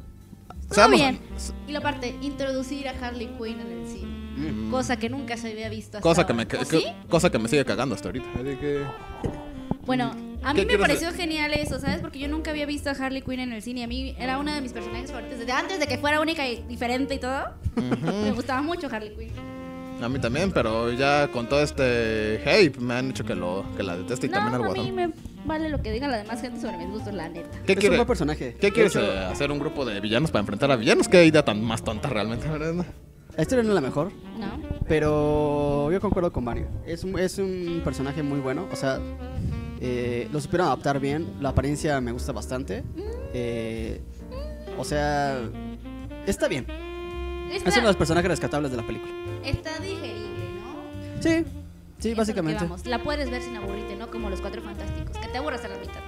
Estuvo Seamos- bien. Y la parte, introducir a Harley Quinn en el cine. mm. Cosa que nunca se había visto hasta Cosa que, me, ahora. ca- ¿O que- sí? cosa que me sigue cagando hasta ahorita. Así que- Bueno, a ¿Qué mí me quieres pareció genial eso, ¿sabes? Porque yo nunca había visto a Harley Quinn en el cine. A mí era una de mis personajes favoritos. Desde antes de que fuera única y diferente y todo, me gustaba mucho Harley Quinn. A mí también, pero ya con todo este hate me han dicho que, lo, que la deteste y No, también al a mí guadón. me vale lo que diga la demás gente sobre mis gustos, la neta. ¿Qué es quiere- un buen personaje. ¿Qué De quieres? hecho, eh, ¿Hacer un grupo de villanos para enfrentar a villanos? ¿Qué idea tan más tonta realmente? verdad? La historia no es la mejor, ¿No? pero yo concuerdo con Mario. Es un, es un personaje muy bueno. O sea, eh, lo supieron adaptar bien. La apariencia me gusta bastante. Eh, o sea, está bien. Esta, Es uno de los personajes rescatables de la película. está digerible, ¿no? Sí, sí, Es a lo que básicamente. vamos. La puedes ver sin aburrirte, ¿no? Como los cuatro fantásticos, que te aburras a la mitad.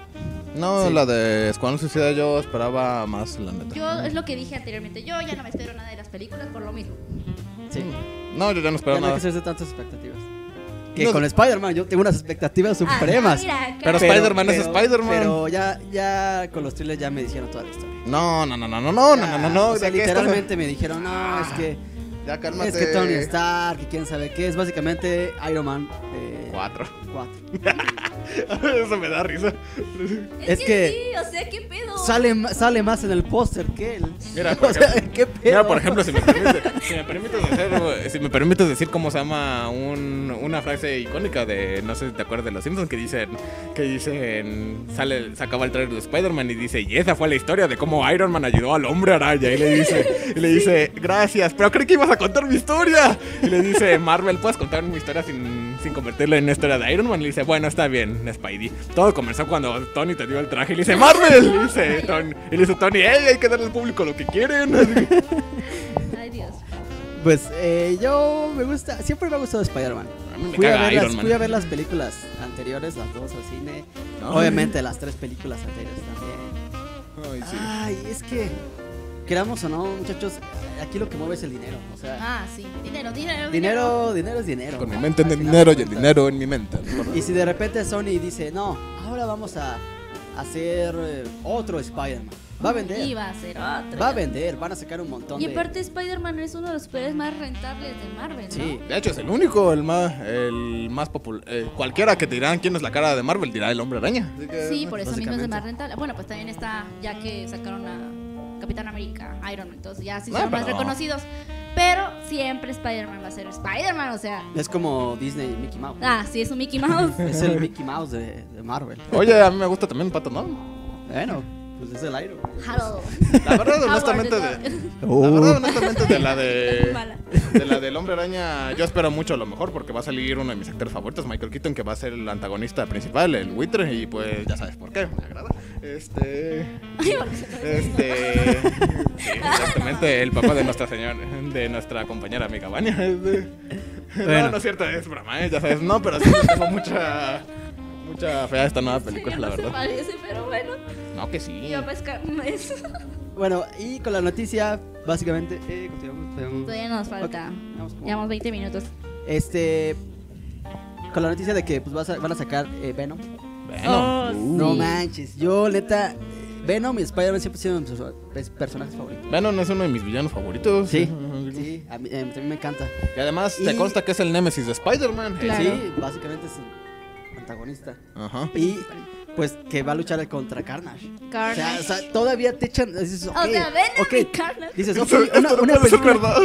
No, la de Escuadrón Suicida yo esperaba más, la neta. Yo, es lo que dije anteriormente, yo ya no me espero nada de las películas por lo mismo. Sí. No, yo ya Mm. Ya no esperaba no hay que nada. hacerse tantas expectativas. Que No, con Spider-Man yo tengo unas expectativas Ah, supremas. mira, Pero claro. Spider-Man es pero- Spider-Man. Pero ya, ya con los trailers ya me dijeron toda la historia. No, no, no, no, no, no, no, no, no, no. O sea, ¿de qué estás- Ah. literalmente me dijeron, no, es que, Ya cálmate. es que Tony Stark y quién sabe qué. Es básicamente Iron Man eh, Cuatro. cuatro. Eso me da risa. es que- sí, o sea, qué pedo. Sale, ma- sale más en el póster que él. Mira, por o sea, ejemplo- qué pedo. Mira, por ejemplo, si me permites, si me permites hacer- si me permites decir cómo se llama un- una frase icónica de, no sé si te acuerdas de los Simpsons, que dicen, que dicen, sale, se acaba el trailer de Spider-Man y dice, y esa fue la historia de cómo Iron Man ayudó al hombre araña. Y le dice, y le dice, gracias, pero creí que ibas a contar mi historia. Y le dice, Marvel, ¿puedes contar mi historia sin, sin convertirla en una historia de Iron Man? Y le dice, bueno, está bien, Spidey. Todo comenzó cuando Tony te dio el traje. Y le dice, Marvel. Y le dice, Tony, y le dice, Tony, "Ey, hay que darle al público lo que quieren. Ay, Dios. Pues eh, yo me gusta, siempre me ha gustado Spider-Man. A mí me Fui, a caga ver Iron las- Man. fui a ver las películas anteriores, las dos al cine. No. Obviamente las tres películas anteriores también. Ay, sí. Ay, es que, queramos o no, muchachos, aquí lo que mueve es el dinero. O sea, Ah, sí. Dinero, dinero, dinero, dinero es dinero. Con mi ¿no? mente en Al el final dinero de y el cuentas. dinero en mi mente. ¿no? Y si de repente Sony dice, no, ahora vamos a hacer eh, otro Spider-Man, va a Y vender, va a ser otro. va a vender, van a sacar un montón Y de. aparte Spider-Man es uno de los superhéroes más rentables de Marvel, ¿no? Sí. De hecho, es el único, el más, el más popular. cualquiera que te dirán quién es la cara de Marvel dirá el hombre araña. Así que- Sí, por eso mismo es Básicamente. el más rentable. Bueno, pues también está, ya que sacaron a Capitán América, Iron Man, entonces ya sí No, son más pero- reconocidos. Pero siempre Spider-Man va a ser Spider-Man, o sea. Es como Disney y Mickey Mouse. Ah, sí, es un Mickey Mouse. Es el Mickey Mouse de, de Marvel. Oye, a mí me gusta también Pato, ¿no? Bueno, pues es el Iron. Man. Hello. La Ah, verdad, honestamente, Howard, de, ¿no? la verdad, honestamente, de la de, Mala. de la del hombre araña, yo espero mucho a lo mejor porque va a salir uno de mis actores favoritos, Michael Keaton, que va a ser el antagonista principal, el buitre, y pues ya sabes por qué, me agrada. Este. Este. sí, exactamente, el papá de nuestra señora, de nuestra compañera amiga Vania. este. No, no es cierto, es broma, ¿eh? ya sabes, no, pero sí le tengo mucha. Mucha fea esta nueva película, Señor, la no se verdad. parece, pero bueno. No, que sí. Y pues, a pescar eso. Bueno, y con la noticia, básicamente. Eh, continuamos. continuamos. Todavía nos falta. Ok, vamos como- Llevamos 20 minutos. Este. Con la noticia de que pues, vas a- van a sacar eh, Venom. Oh, No sí. manches, yo neta. eh, Venom y Spider-Man siempre han sido mis pers- personajes favoritos. Venom no es uno de mis villanos favoritos. Sí, sí, a mí, eh, a mí me encanta. Y además te Y- consta que es el némesis de Spider-Man. Claro. Sí, básicamente es el antagonista. Ajá. Y pues que va a luchar contra Carnage. O sea, Carnage. o sea, todavía te echan. Dices, O sea, ok, Venom ok. y Carnage. Dices, ok, una, una película,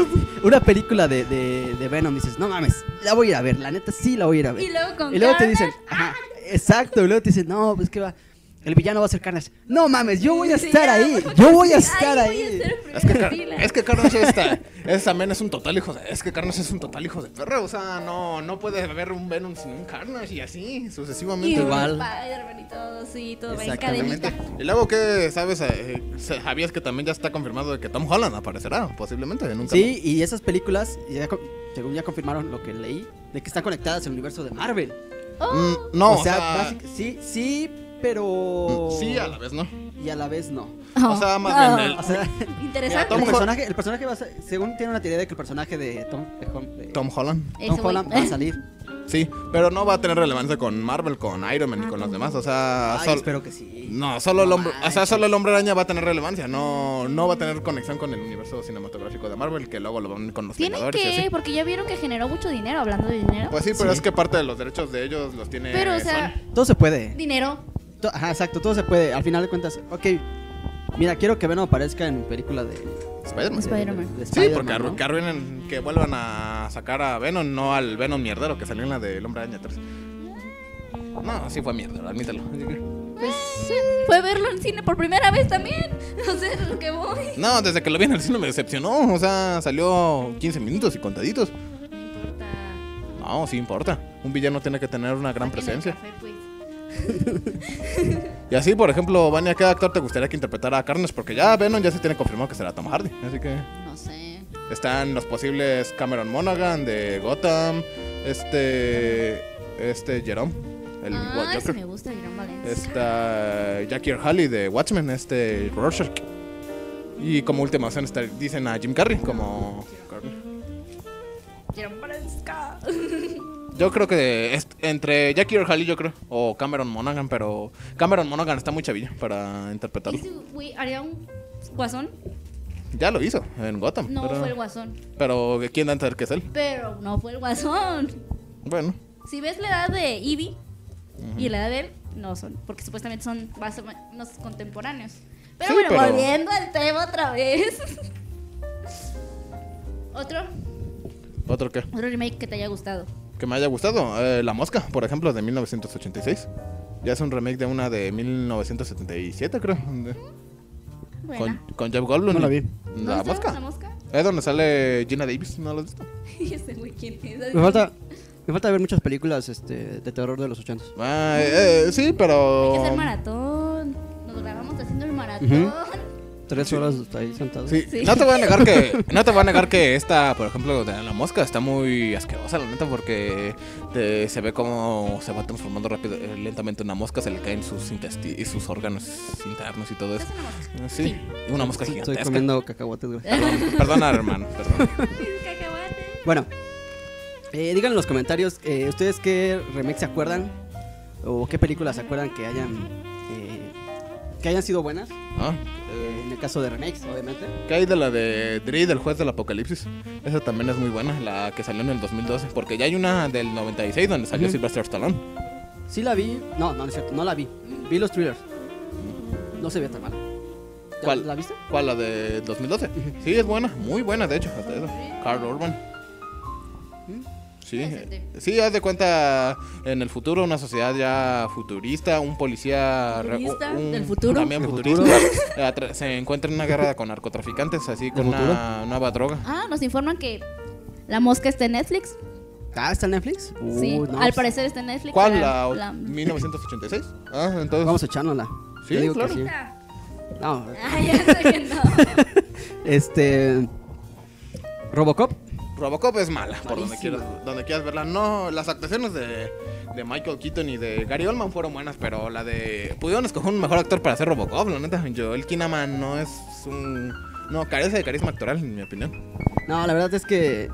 una película de, de, de Venom. Dices, no mames, la voy a ir a ver. La neta, sí la voy a ir a ver. Y luego con Y luego te Carnage, dicen, ajá, exacto, y luego te dicen, no, pues que va, el villano va a ser Carnage. No mames, yo voy a Sí, estar ya, ahí, güey. yo voy a Ahí estar voy a ahí. estar en Es que, primera Car- fila. es que Carnage está, es, también es un total hijo de... Es que Carnage es un total hijo de perro. O sea, no, no puede haber un Venom sin un Carnage y así Y sucesivamente. un Igual. Spider-Man y todo, sí, todo va en Exactamente. cadenita. Y luego que sabes, Eh, eh, sabías que también ya está confirmado de que Tom Holland aparecerá, posiblemente, en un Sí, y esas películas, ya co- según ya confirmaron lo que leí, de que están conectadas al universo de Marvel. Oh, cameo. Mm, no, mm, o sea, básica- sí, sí, pero... sí, a la vez, ¿no? Y a la vez no. O sea, más oh, bien el- O sea, Interesante. Tom el, Hol- personaje, el personaje va a ser, según tiene una teoría de que el personaje de Tom, de Hol- de Tom Holland. Ese Tom güey. Holland va a salir. Sí, pero no va a tener relevancia con Marvel, con Iron Ah, Man y con los demás. O sea, Ay, Ah, sol- espero que sí. no, solo el No hombre, o sea, manches. solo el hombre araña va a tener relevancia, no, no va a tener conexión con el universo cinematográfico de Marvel, que luego lo van con los Tienen Vengadores y que, así. porque ya vieron que generó mucho dinero, hablando de dinero. Pues sí, pero es que parte de los derechos de ellos los tiene. Pero, o sea, Sony. Todo se puede. dinero. To- Ajá, exacto, todo se puede. Al final de cuentas, ok. Mira, quiero que Venom aparezca en mi película de. de- Spider-Man. Spider-Man. de- de Sí, porque Spider-Man, arru- que arruinen, que vuelvan a sacar a Venom, no al Venom mierdero que salió en la del Hombre Araña 3. No, sí fue mierdero, admítelo. Pues sí, fue verlo en cine por primera vez también. No sé lo que voy. No, desde que lo vi en el cine me decepcionó, o sea, salió 15 minutos y contaditos. No importa. No, sí importa. Un villano tiene que tener una gran presencia. Tiene café, pues. Y así, por ejemplo, Vania, ¿qué actor te gustaría que interpretara a Carnes? Porque ya Venom ya se tiene confirmado que será Tom Hardy. Así que No sé. están los posibles Cameron Monaghan de Gotham, este. Este Jerome, el ah, Joker. ese me gusta, Jerome Valencia. Está Jackie O'Halley de Watchmen, este Rorschach. Y como última opción está- dicen a Jim Carrey como... Jerome Valencia. Yo creo que es- entre Jackie O'Halley yo creo, o Cameron Monaghan, pero Cameron Monaghan está muy chavillo para interpretarlo. ¿Y si, güey, haría un guasón? Ya lo hizo en Gotham. No pero, fue el guasón. pero ¿quién da a entender que es él? Pero no fue el guasón. Bueno, Si ves la edad de Ivy y la edad de él, no son, porque supuestamente son más o menos contemporáneos. Pero Sí, bueno, pero- volviendo al tema otra vez. otro, ¿otro qué? otro remake que te haya gustado. Que me haya gustado. eh, La Mosca, por ejemplo, de 1986. Ya es un remake de una de 1977, creo. de- Con, Buena. con Jeff Goldblum. No la y- vi. ¿No La has visto Mosca. ¿La mosca? Es donde sale Gina Davis, ¿no lo has visto? Y ese güey quién es. Me falta, me falta ver muchas películas este, de terror de los 80. Ah, eh, eh, sí, Mm. Hay pero... que hacer maratón. Nos grabamos haciendo el maratón. Tres horas ahí sentado. Sí, Sí. No te voy a negar que no te voy a negar que esta, por ejemplo, de la mosca está muy asquerosa, la neta, porque te- se ve como se va transformando rápido, eh, lentamente una mosca, se le caen sus intestinos y sus órganos internos y todo eso. Es una mosca. Sí, una mosca Estoy gigantesca. comiendo cacahuates, güey. Perdón, perdona, hermano, perdón. Cacahuate. Bueno, eh, digan en los comentarios, eh, ¿ustedes qué remake se acuerdan? ¿O qué películas se acuerdan que hayan, eh, que hayan sido buenas? Ah, Eh, en el caso de remakes, obviamente. ¿Qué hay de la de Dre, del juez del apocalipsis? Esa también es muy buena, la que salió en el 2012, porque ya hay una del 96 donde salió Ujú. Sylvester Stallone. Sí la vi. No, no, no es cierto, no la vi. Vi los thrillers. No se veía tan mala. ¿Ya ¿Cuál? ¿La viste? ¿Cuál? ¿La de 2012? Sí, es buena, muy buena, de hecho, hasta eso. Carl Urban. Mm. Sí, eh, sí, haz de cuenta en el futuro una sociedad ya futurista, un policía re- Futurista, un- del futuro. también Del futurista, atra- se encuentra en una guerra con narcotraficantes, así con futuro? una nueva droga. Ah, nos informan que la mosca está en Netflix. Ah, está en Netflix. sí, Uh, no, al pues, parecer está en Netflix. ¿Cuál? La- La, la- 1986. Ah, entonces Vamos a echárnosla. Sí, Yo digo que claro. sí. No, Ah, ya sé que no. este. Robocop. Robocop es mala, por donde Malísima. quieras, donde quieras verla. No, las actuaciones de, de Michael Keaton y de Gary Oldman fueron buenas, pero la de... Pudieron escoger un mejor actor para hacer Robocop, la neta. Joel Kinnaman no es un... No, carece de carisma actoral, en mi opinión. No, la verdad es que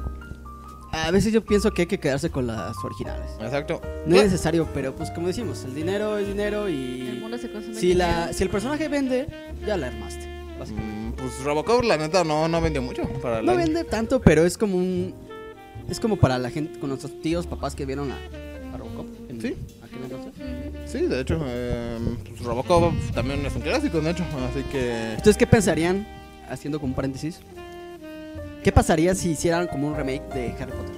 a veces yo pienso que hay que quedarse con las originales. Exacto. No es necesario, pero pues como decimos, el dinero es dinero El y mundo se consume. si con la él. si el personaje vende, ya la armaste. básicamente. Mm, Pues Robocop, la neta, no, no vendió mucho para No la- vende tanto, pero es como un es como para la gente con nuestros tíos, papás que vieron a, a Robocop. en Sí. aquel entonces. Ujú. Sí, de hecho, eh, pues, Robocop también es un clásico, de hecho, así que... ¿Ustedes qué pensarían haciendo como un paréntesis? ¿Qué pasaría si hicieran como un remake de Harry Potter?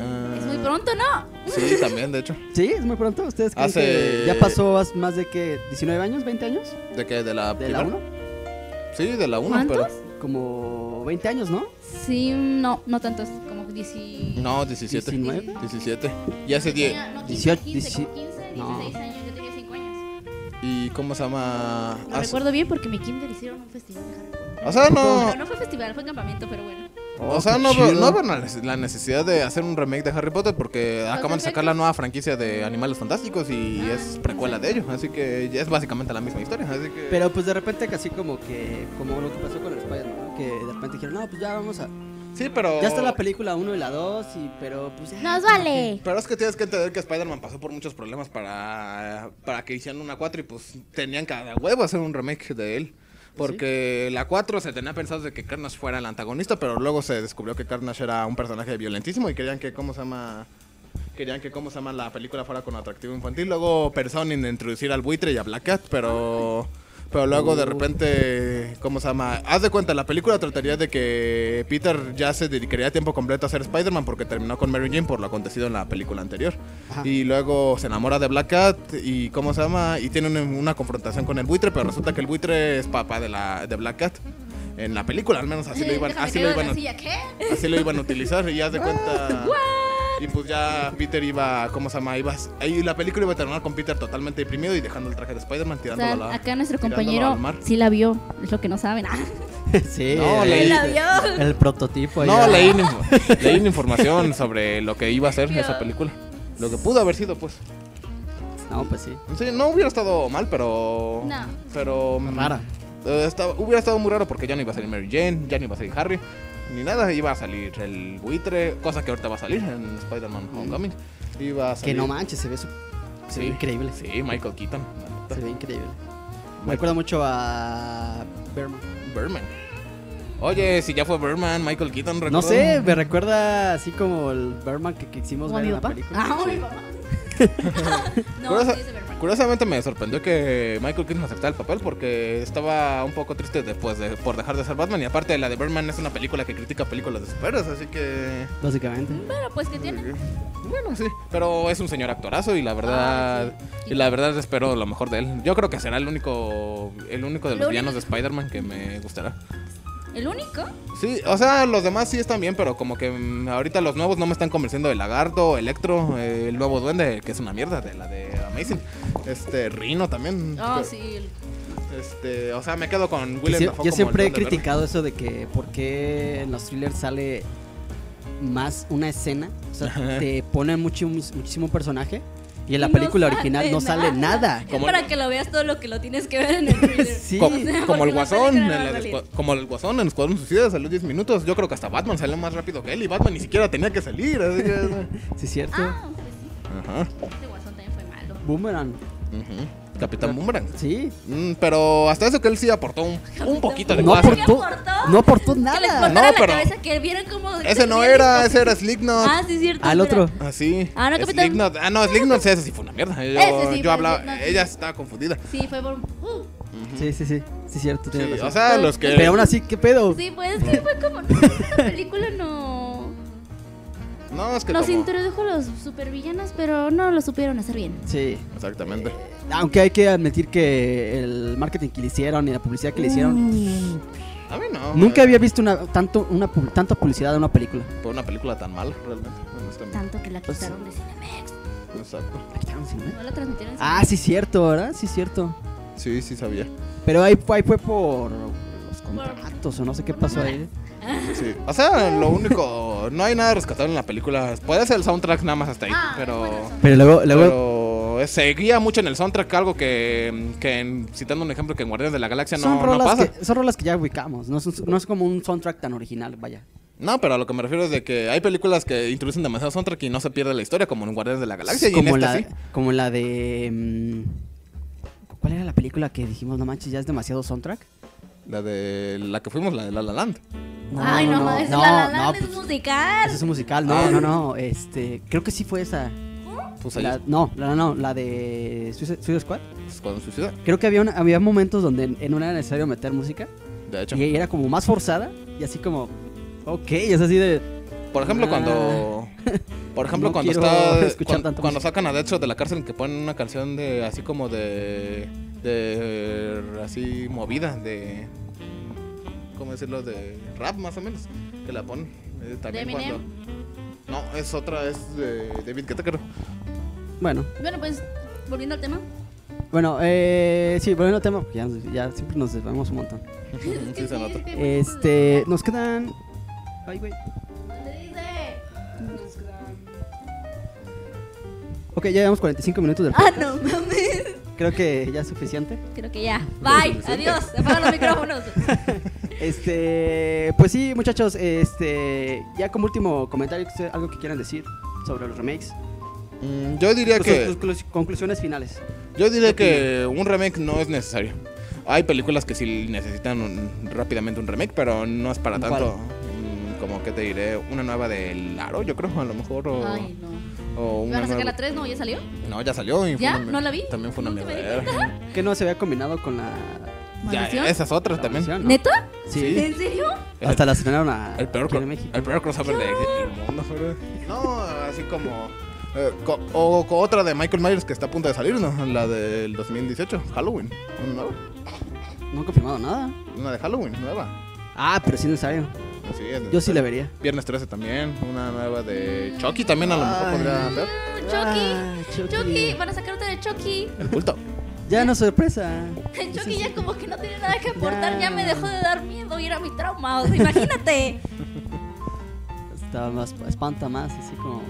eh, Es muy pronto, ¿no? Sí, también, de hecho. Sí, es muy pronto. ¿Ustedes creen Hace- que ya pasó as- más de que 19 años, 20 años ¿De qué? ¿De la de la primera? 1? Sí, de la 1, ¿Cuántos? pero... Como 20 años, ¿no? Sí, no, no tantos, como 17. No, 17. 19. 17. Y hace 10. Tenía- No, 15, 18, 15, como 15, 16 no. años, yo tenía 5 Ah, años. ¿Y cómo se llama? No Hace- recuerdo bien porque mi kinder hicieron un festival de Harry Potter. O sea, no. Pero no fue festival, fue campamento, pero bueno. o sea, Oh, qué no, veo- chido. no veo la neces- la necesidad de hacer un remake de Harry Potter porque acaban de sacar la nueva franquicia de Animales Fantásticos y Ah, es precuela de ellos. Así que ya es básicamente la misma historia. Así que. Pero pues de repente casi como que como lo que pasó con el Spider-Man, ¿no? que de repente dijeron, "No, pues ya vamos a sí, pero. ya está la película 1 y la 2 y pero pues ya". ¡Nos vale! Pero es que tienes que entender que Spider-Man pasó por muchos problemas para, para que hicieran una 4 y pues tenían cada huevo hacer un remake de él. Porque la 4 se tenía pensado de que Carnage fuera el antagonista, pero luego se descubrió que Carnage era un personaje violentísimo y querían que, ¿cómo se llama? Querían que, ¿cómo se llama? La película fuera con atractivo infantil. Luego pensaron en introducir al buitre y a Black Cat, pero... Pero luego de repente, ¿cómo se llama? Haz de cuenta, la película trataría de que Peter ya se dedicaría a tiempo completo a ser Spider-Man porque terminó con Mary Jane por lo acontecido en la película anterior. Y luego se enamora de Black Cat y ¿cómo se llama? Y tiene una, una confrontación con el buitre, pero resulta que el buitre es papá de, la, de Black Cat. En la película, al menos así lo iban, Déjame así caigo lo de iban la silla, a ¿Qué? así lo iban a utilizar y ya de cuenta y pues ya Peter iba cómo se llama iba ahí la película iba a terminar con Peter totalmente deprimido y dejando el traje de Spider-Man O tirándolo sea, a la acá nuestro tirándolo compañero al mar. sí la vio, es lo que no saben. Ah, sí. No, el- leí- sí la vio. El prototipo ahí, no ah. leí una, inf- leí una información sobre lo que iba a ser Dios. esa película lo que pudo haber sido pues No, pues sí. En serio, no hubiera estado mal pero No. pero mm, Rara. eh, estaba- hubiera estado muy raro porque ya no iba a salir Mary Jane ya no iba a salir Harry ni nada iba a salir el buitre cosa que ahorita va a salir en Spider-Man Homecoming iba a Que salir no manches, se ve su- se ve increíble. Sí, Michael Keaton. la neta. Se ve increíble. Me acuerda mucho a Berman. Birdman. Oye, si ya fue Birdman, Michael Keaton, No recuerdo. sé, me recuerda así como el Berman que, que hicimos ¿Como a ver en mi la papá? película. Ah, Sí. mi papá. No, sí Curiosa- es de Bergman. Curiosamente me sorprendió que Michael Keaton aceptara el papel porque estaba un poco triste después de, por dejar de ser Batman. Y aparte, la de Birdman es una película que critica películas de superhéroes, así que. Básicamente. Bueno, pues que tiene. Bueno, sí. Pero es un señor actorazo y la verdad. Ah, sí. Y la verdad espero lo mejor de él. Yo creo que será el único. El único de Lo los único villanos que- de Spider-Man que me gustará. El único. Sí, o sea, los demás sí están bien, pero como que mm, ahorita los nuevos no me están convenciendo de Lagarto, Electro, eh, el nuevo duende, que es una mierda, de la de Amazing. Este, Rino también. Ah, pero, sí. el- Este, o sea, me quedo con Que Willem sie- Dafoe como yo el siempre he Duende Verde. criticado eso de que por qué en los thrillers sale más una escena. O sea, te ponen mucho, muchísimo un personaje y en la No película sale original no sale nada. Es Como- para que lo veas todo lo que lo tienes que ver en el thriller. Sí. Co- O sea, Como, porque el la guasón, película no en va a la de salir. Escua- como el guasón en Escuadrón Suicida salió 10 minutos. Yo creo que hasta Batman salió más rápido que él y Batman ni siquiera tenía que salir. así que- Sí, cierto. Ah, pues sí. Ajá. Este guasón también fue malo. Boomerang. ujú. Ah. Capitán Boomerang. Sí. Mm, pero hasta eso que él sí aportó un, un poquito de No guasón. ¿Qué aportó, aportó? no aportó Que les nada. cortaran No, la pero- cabeza, que vieron como... Ese no era, ese era Slicknot. Ah, sí, es cierto. Al espera. otro. Así. Ah, no, Capitán. Slipknot. Ah, no, Slipknot, sí, ese sí fue una mierda. Yo, Ese sí yo fue hablaba, Slipknot, sí. ella estaba confundida. Sí, fue por... Uh, Sí, sí, sí. Sí, cierto. Sí, tienes razón. o sea, los que. Pero aún así, ¿qué pedo? sí, pues es que fue como... no, Esta película no... No, es que. Nos como- introdujo los supervillanos, pero no lo supieron hacer bien. Sí. Exactamente. Aunque hay que admitir que el marketing que le hicieron y la publicidad que le hicieron. Mm. A mí no. Nunca eh, había visto una, tanto, una, pub- tanta publicidad de una película. Pues, Por una película tan mala, realmente. honestamente. Tanto que la quitaron de Cinemex. Exacto. No la transmitieron en Ah, sí, cierto, ¿verdad? Sí, cierto. Sí, sí sabía. Pero ahí, fue- ahí fue por los contratos o no sé qué pasó ahí. Sí. O sea, lo único pero no hay nada rescatable en la película. Puede ser el soundtrack nada más hasta ahí, Ah, pero... bueno, eso. Pero luego, luego Pero seguía mucho en el soundtrack algo que, que en- citando un ejemplo que en Guardianes de la Galaxia son, no, no rolas pasa. que, son rolas que ya ubicamos. No es, no es como un soundtrack tan original, vaya. No, pero a lo que me refiero es de que hay películas que introducen demasiado soundtrack y no se pierde la historia, como en Guardianes de la Galaxia y como, en esta la, sí. como la de. mm, ¿Cuál era la película que dijimos? No manches, ya es demasiado soundtrack. La de la que fuimos, la de La La Land. Ay, no, es no, la la Land no, es pues, musical. ese es un musical, no, no, no. Este, creo que sí fue esa. Pues ahí La- no, la, no, la de Suicide, Suicide Squad. es cuando se suicida, Creo que había, una- había momentos donde en- no era necesario meter música de hecho. y era como más forzada y así como, ok, es así de, Por ejemplo, Ah. cuando. Por ejemplo, No cuando quiero está. cuan- escuchar Cuando, tanta música. sacan a Deadshot de la cárcel, que ponen una canción de. Así como de. De. Así movida, de. ¿Cómo decirlo? De rap, más o menos. Que la ponen. Eh, también ¿De cuando. Eminem? No, es otra, es de David Guetta, creo. bueno, Bueno, pues volviendo al tema. bueno, eh, sí, volviendo al tema, ya, nos- ya siempre nos desvamos un montón. Es que sí, se sí, es nota. que hay muchos Este, nos quedan, ay, güey. problemas. ¿Dónde Este. dice? Ok, ya llevamos 45 minutos del Ah, podcast. no mames. Creo que ya es suficiente. Creo que ya. Bye. Adiós. Apagan los micrófonos. Este, pues sí, muchachos, este, ya como último comentario, que usted- algo que quieran decir sobre los remakes. Mm, Yo diría Sus- que. sus conclus- conclusiones finales. Yo diría que un remake no es necesario. Hay películas que sí necesitan un- rápidamente un remake, pero no es para ¿Cuál? tanto. Mm, Como que te diré, una nueva del Aro, yo creo, a lo mejor. O, Ay, no. o una ¿Van a sacar nueva- la 3? No, ya salió. No, ya salió. y fue ¿Ya? una- ¿No la vi? También fue una Nunca me di mierda. Que no se había combinado con la. Ya, ¿Maldición? esas la otras Ah, también. versión, ¿no? ¿Neta? Sí. ¿En serio? Hasta la estrenaron a. El peor, aquí en cro- México. el peor crossover de- del mundo. bro. No, así como. eh, co- o co- otra de Michael Myers que está a punto de salir, ¿no? La del 2018, Halloween. Una nueva. No han confirmado nada. Una de Halloween, nueva. Ah, pero sí es necesario. Así es. Yo sí la vería. Viernes 13 también, una nueva de Chucky también a lo mejor Ay. podría ser. Ah, Ah, Chucky. Chucky. Van a sacar otra de Chucky. El culto. Ya no sorpresa. El Chucky ya como que no tiene nada que aportar. Ya me dejó de dar miedo y era mi trauma. O sea, imagínate. Está más, espanta más, así como.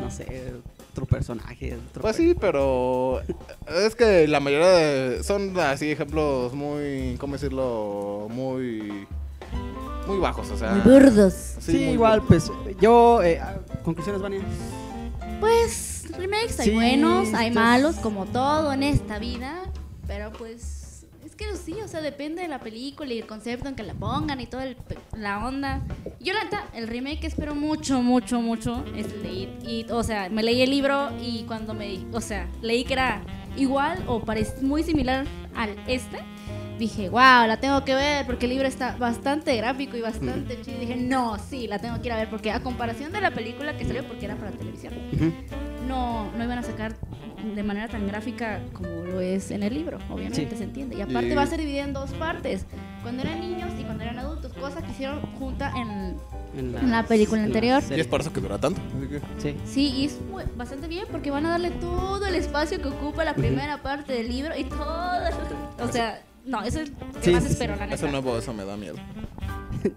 No sé, otro personaje. Otro Pues pe- sí, pero eh, es que la mayoría de- son así ejemplos muy, ¿cómo decirlo? Muy muy bajos, o sea. burdos. Sí, igual, pues. Yo. eh, ah, conclusiones, Vania. Pues remakes hay Sí, buenos, hay entonces- malos, como todo en esta vida. Pero pues es que sí, o sea, depende de la película y el concepto en que la pongan y toda el pe- la onda. Yo la neta, el remake que espero mucho, mucho, mucho es el de It. It, O sea, me leí el libro y cuando me, di- o sea, leí que era igual o parec- muy similar al este. Dije, wow, la tengo que ver porque el libro está bastante gráfico y bastante chido. Y dije, no, sí, la tengo que ir a ver porque a comparación de la película que salió porque era para televisión, Ujú. no, no iban a sacar de manera tan gráfica como lo es en el libro, obviamente Sí. se entiende. Y aparte Y- va a ser dividida en dos partes, cuando eran niños y cuando eran adultos, cosa que hicieron junta en... En la película anterior. pues, Y es por eso que dura tanto. así que- Sí. Sí, y es muy- bastante bien porque van a darle todo el espacio que ocupa la primera parte del libro y todo... O sea, no, eso es lo que Sí, más sí, sí. espero, la neta. Eso nuevo, eso me da miedo.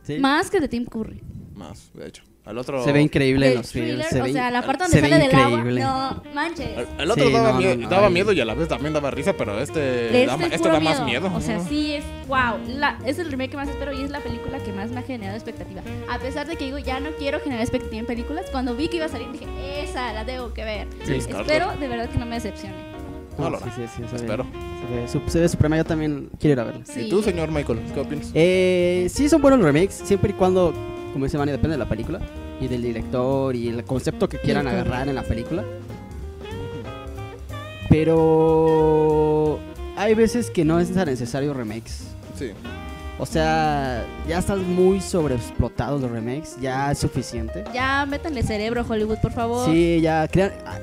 Sí. Más que de Tim Curry. Más, de hecho. Al otro Se ve increíble en Del los films. thriller, Se o ve sea, la parte se donde ve sale del agua. increíble. No, manches. al- al otro Sí, daba, no, miedo, no, no, daba ay. miedo y a la vez también daba risa, pero este, Este da, ma- es este puro da más miedo. O sea, Ajá. sí es wow. La- es el remake que más espero y es la película que más me ha generado expectativa. A pesar de que digo, ya no quiero generar expectativa en películas, cuando vi que iba a salir dije, esa la tengo que ver. Sí, es espero de verdad que no me decepcione. No lo sí, hará. sí, sí, se ve- Espero. Se ve, su- se ve suprema, yo también quiero ir a verla. Sí. ¿Y tú, señor Michael? ¿Qué opinas? Eh, sí, son buenos los remakes, siempre y cuando, como dice Manny, depende de la película y del director y el concepto que quieran Ujú. agarrar en la película. Pero hay veces que no es tan necesario remakes. Sí. O sea, ya están muy sobreexplotados los remakes, ya es suficiente. Ya métanle cerebro, Hollywood, por favor. Sí, ya crean. ah,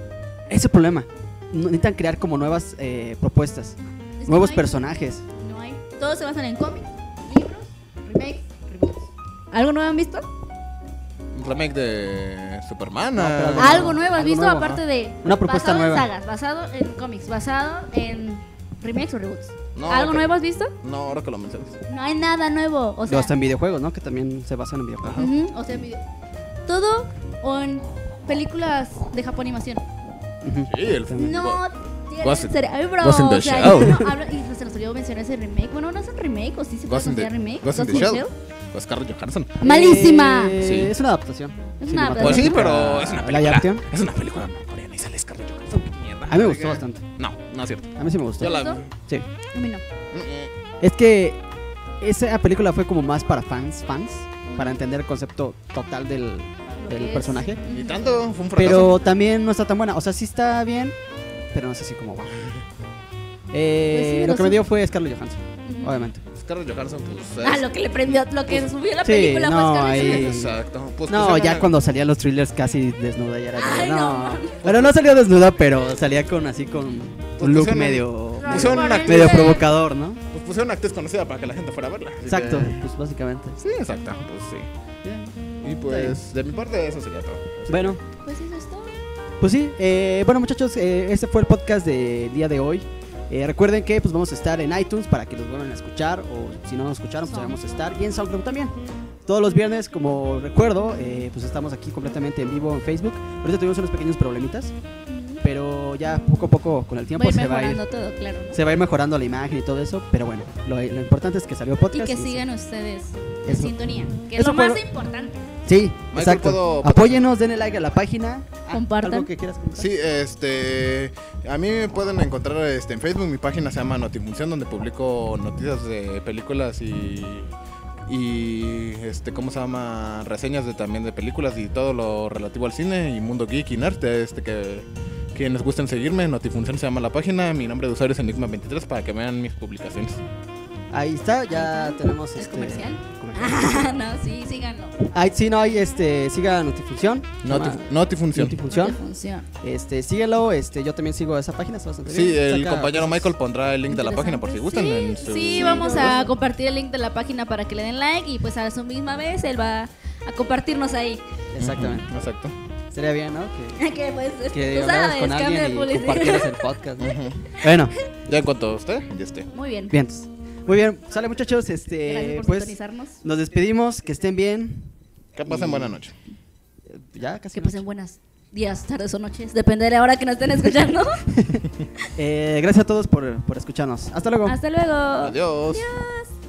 Ese problema. No- Necesitan crear como nuevas eh, propuestas, Es que nuevos no hay- personajes. No hay. Todos se basan en cómics, libros, remakes, reboots. ¿Algo nuevo han visto? Un remake de Superman. No, pero- ah, Algo nuevo has algo visto nuevo, aparte ajá. de Una propuesta basado nueva. en sagas, basado en cómics, basado en remakes o reboots. No, ¿Algo ok. nuevo has visto? No, ahora que lo mencionas. No hay nada nuevo, o Pero sea, hasta en videojuegos, ¿no? Que también se basan en videojuegos. ujú, o sea, video- todo en películas de Japonimación. Sí, el No tiene Ghost in- cerebro. Ghost in the o sea, Shell. yo no hablo- y se nos olvidó mencionar ese remake. Bueno, no es un remake, o sí se puede Ghost in the- considerar remake. Ghost in the Ghost in the Shell. Oscar Johansson. Malísima. Eh, Sí. Es una adaptación. Es una Pues sí, adaptación. pero es una ¿La película. adaptación? Es una película coreana y sale Scarlett Johansson. qué mierda. A mí me gustó bastante. No, no es cierto. A mí sí me gustó. Yo la Mm, ¿Gustó? Sí. A mí no. Es que esa película fue como más para fans, fans, para entender el concepto total del, Lo del que es. personaje. Y tanto, fue un fracaso. Pero también no está tan buena. O sea, sí está bien, pero no sé si como wow. Eh, Pues sí, lo no que me sé. dio fue Scarlett Johansson, Ujú. obviamente. Scarlett Johansson, pues. Ah, es- lo que le prendió, lo que Pues subió la sí, película fue no, Scarlett ahí- Johansson. Exacto. Pues, no, pusieron ya a- cuando salían los thrillers casi desnuda ya era como, Ay, no, no. mami. Bueno, no salía desnuda, pero salía con así con Pues un look pusieron- medio Rob Pusieron una- Warren medio Miller. provocador, ¿no? Pues pusieron una actriz conocida para que la gente fuera a verla. Así Exacto, que- pues básicamente. Sí, exacto. Pues sí. Y pues, de mi parte, eso sería todo. Bueno, Pues eso es todo. Pues sí, eh, bueno muchachos, eh, este fue el podcast del día de hoy. Eh, recuerden que pues vamos a estar en iTunes para que nos vuelvan a escuchar o si no nos escucharon pues ahí vamos a estar y en SoundCloud también. Todos los viernes, como recuerdo, eh, pues estamos aquí completamente en vivo en Facebook. Ahorita tuvimos unos pequeños problemitas, pero ya poco a poco con el tiempo Voy se va, a ir, mejorando todo, claro. se va a ir mejorando la imagen y todo eso. Pero bueno, lo, lo importante es que salió Y podcast. que y- sigan ustedes en Eso. sintonía, que es Eso lo más fue- importante. Sí, exacto. ¿puedo- Apóyenos, denle like a la página. Ah, Compartan. ¿Algo que quieras comentar? Sí, este. A mí me pueden encontrar este, en Facebook. Mi página se llama Notifunción, donde publico noticias de películas y. Y. Este, ¿Cómo se llama? Reseñas de, también de películas y todo lo relativo al cine y mundo geek y nerd. Este, que. Quienes gusten seguirme, Notifunción se llama la página. Mi nombre de usuario es Enigma23 para que vean mis publicaciones. Ahí está, ya tenemos ¿Es este comercial? comercial. Ah, no, sí, síganlo. Ahí sí, no hay, este, siga Notifunción. se Noti- llama Notifunción. Notifunción. Funciona. Este, síguelo, este, yo también sigo esa página, está bastante Sí, bien. el Saca- compañero Michael pondrá el link de la página por si gustan. en Sí, su- sí, vamos a compartir el link de la página para que le den like y pues a su misma vez él va a compartirnos ahí. Exactamente. Ujú, Exacto. Sería bien, ¿no? Que, que pues, que hablemos tú sabes, con cambio de alguien y publicidad. compartimos el podcast, ¿no? Bueno, Ya en cuanto a usted, ya esté. Muy bien. bien. Muy bien, sale muchachos, Gracias este, por pues sintonizarnos. nos despedimos, que estén bien. Que pasen buena noche. Eh, Ya, casi. Que pasen buenas días, tardes o noches. Depende de la hora que nos estén escuchando. Eh, gracias a todos por, por escucharnos. Hasta luego. Hasta luego. Adiós. Adiós.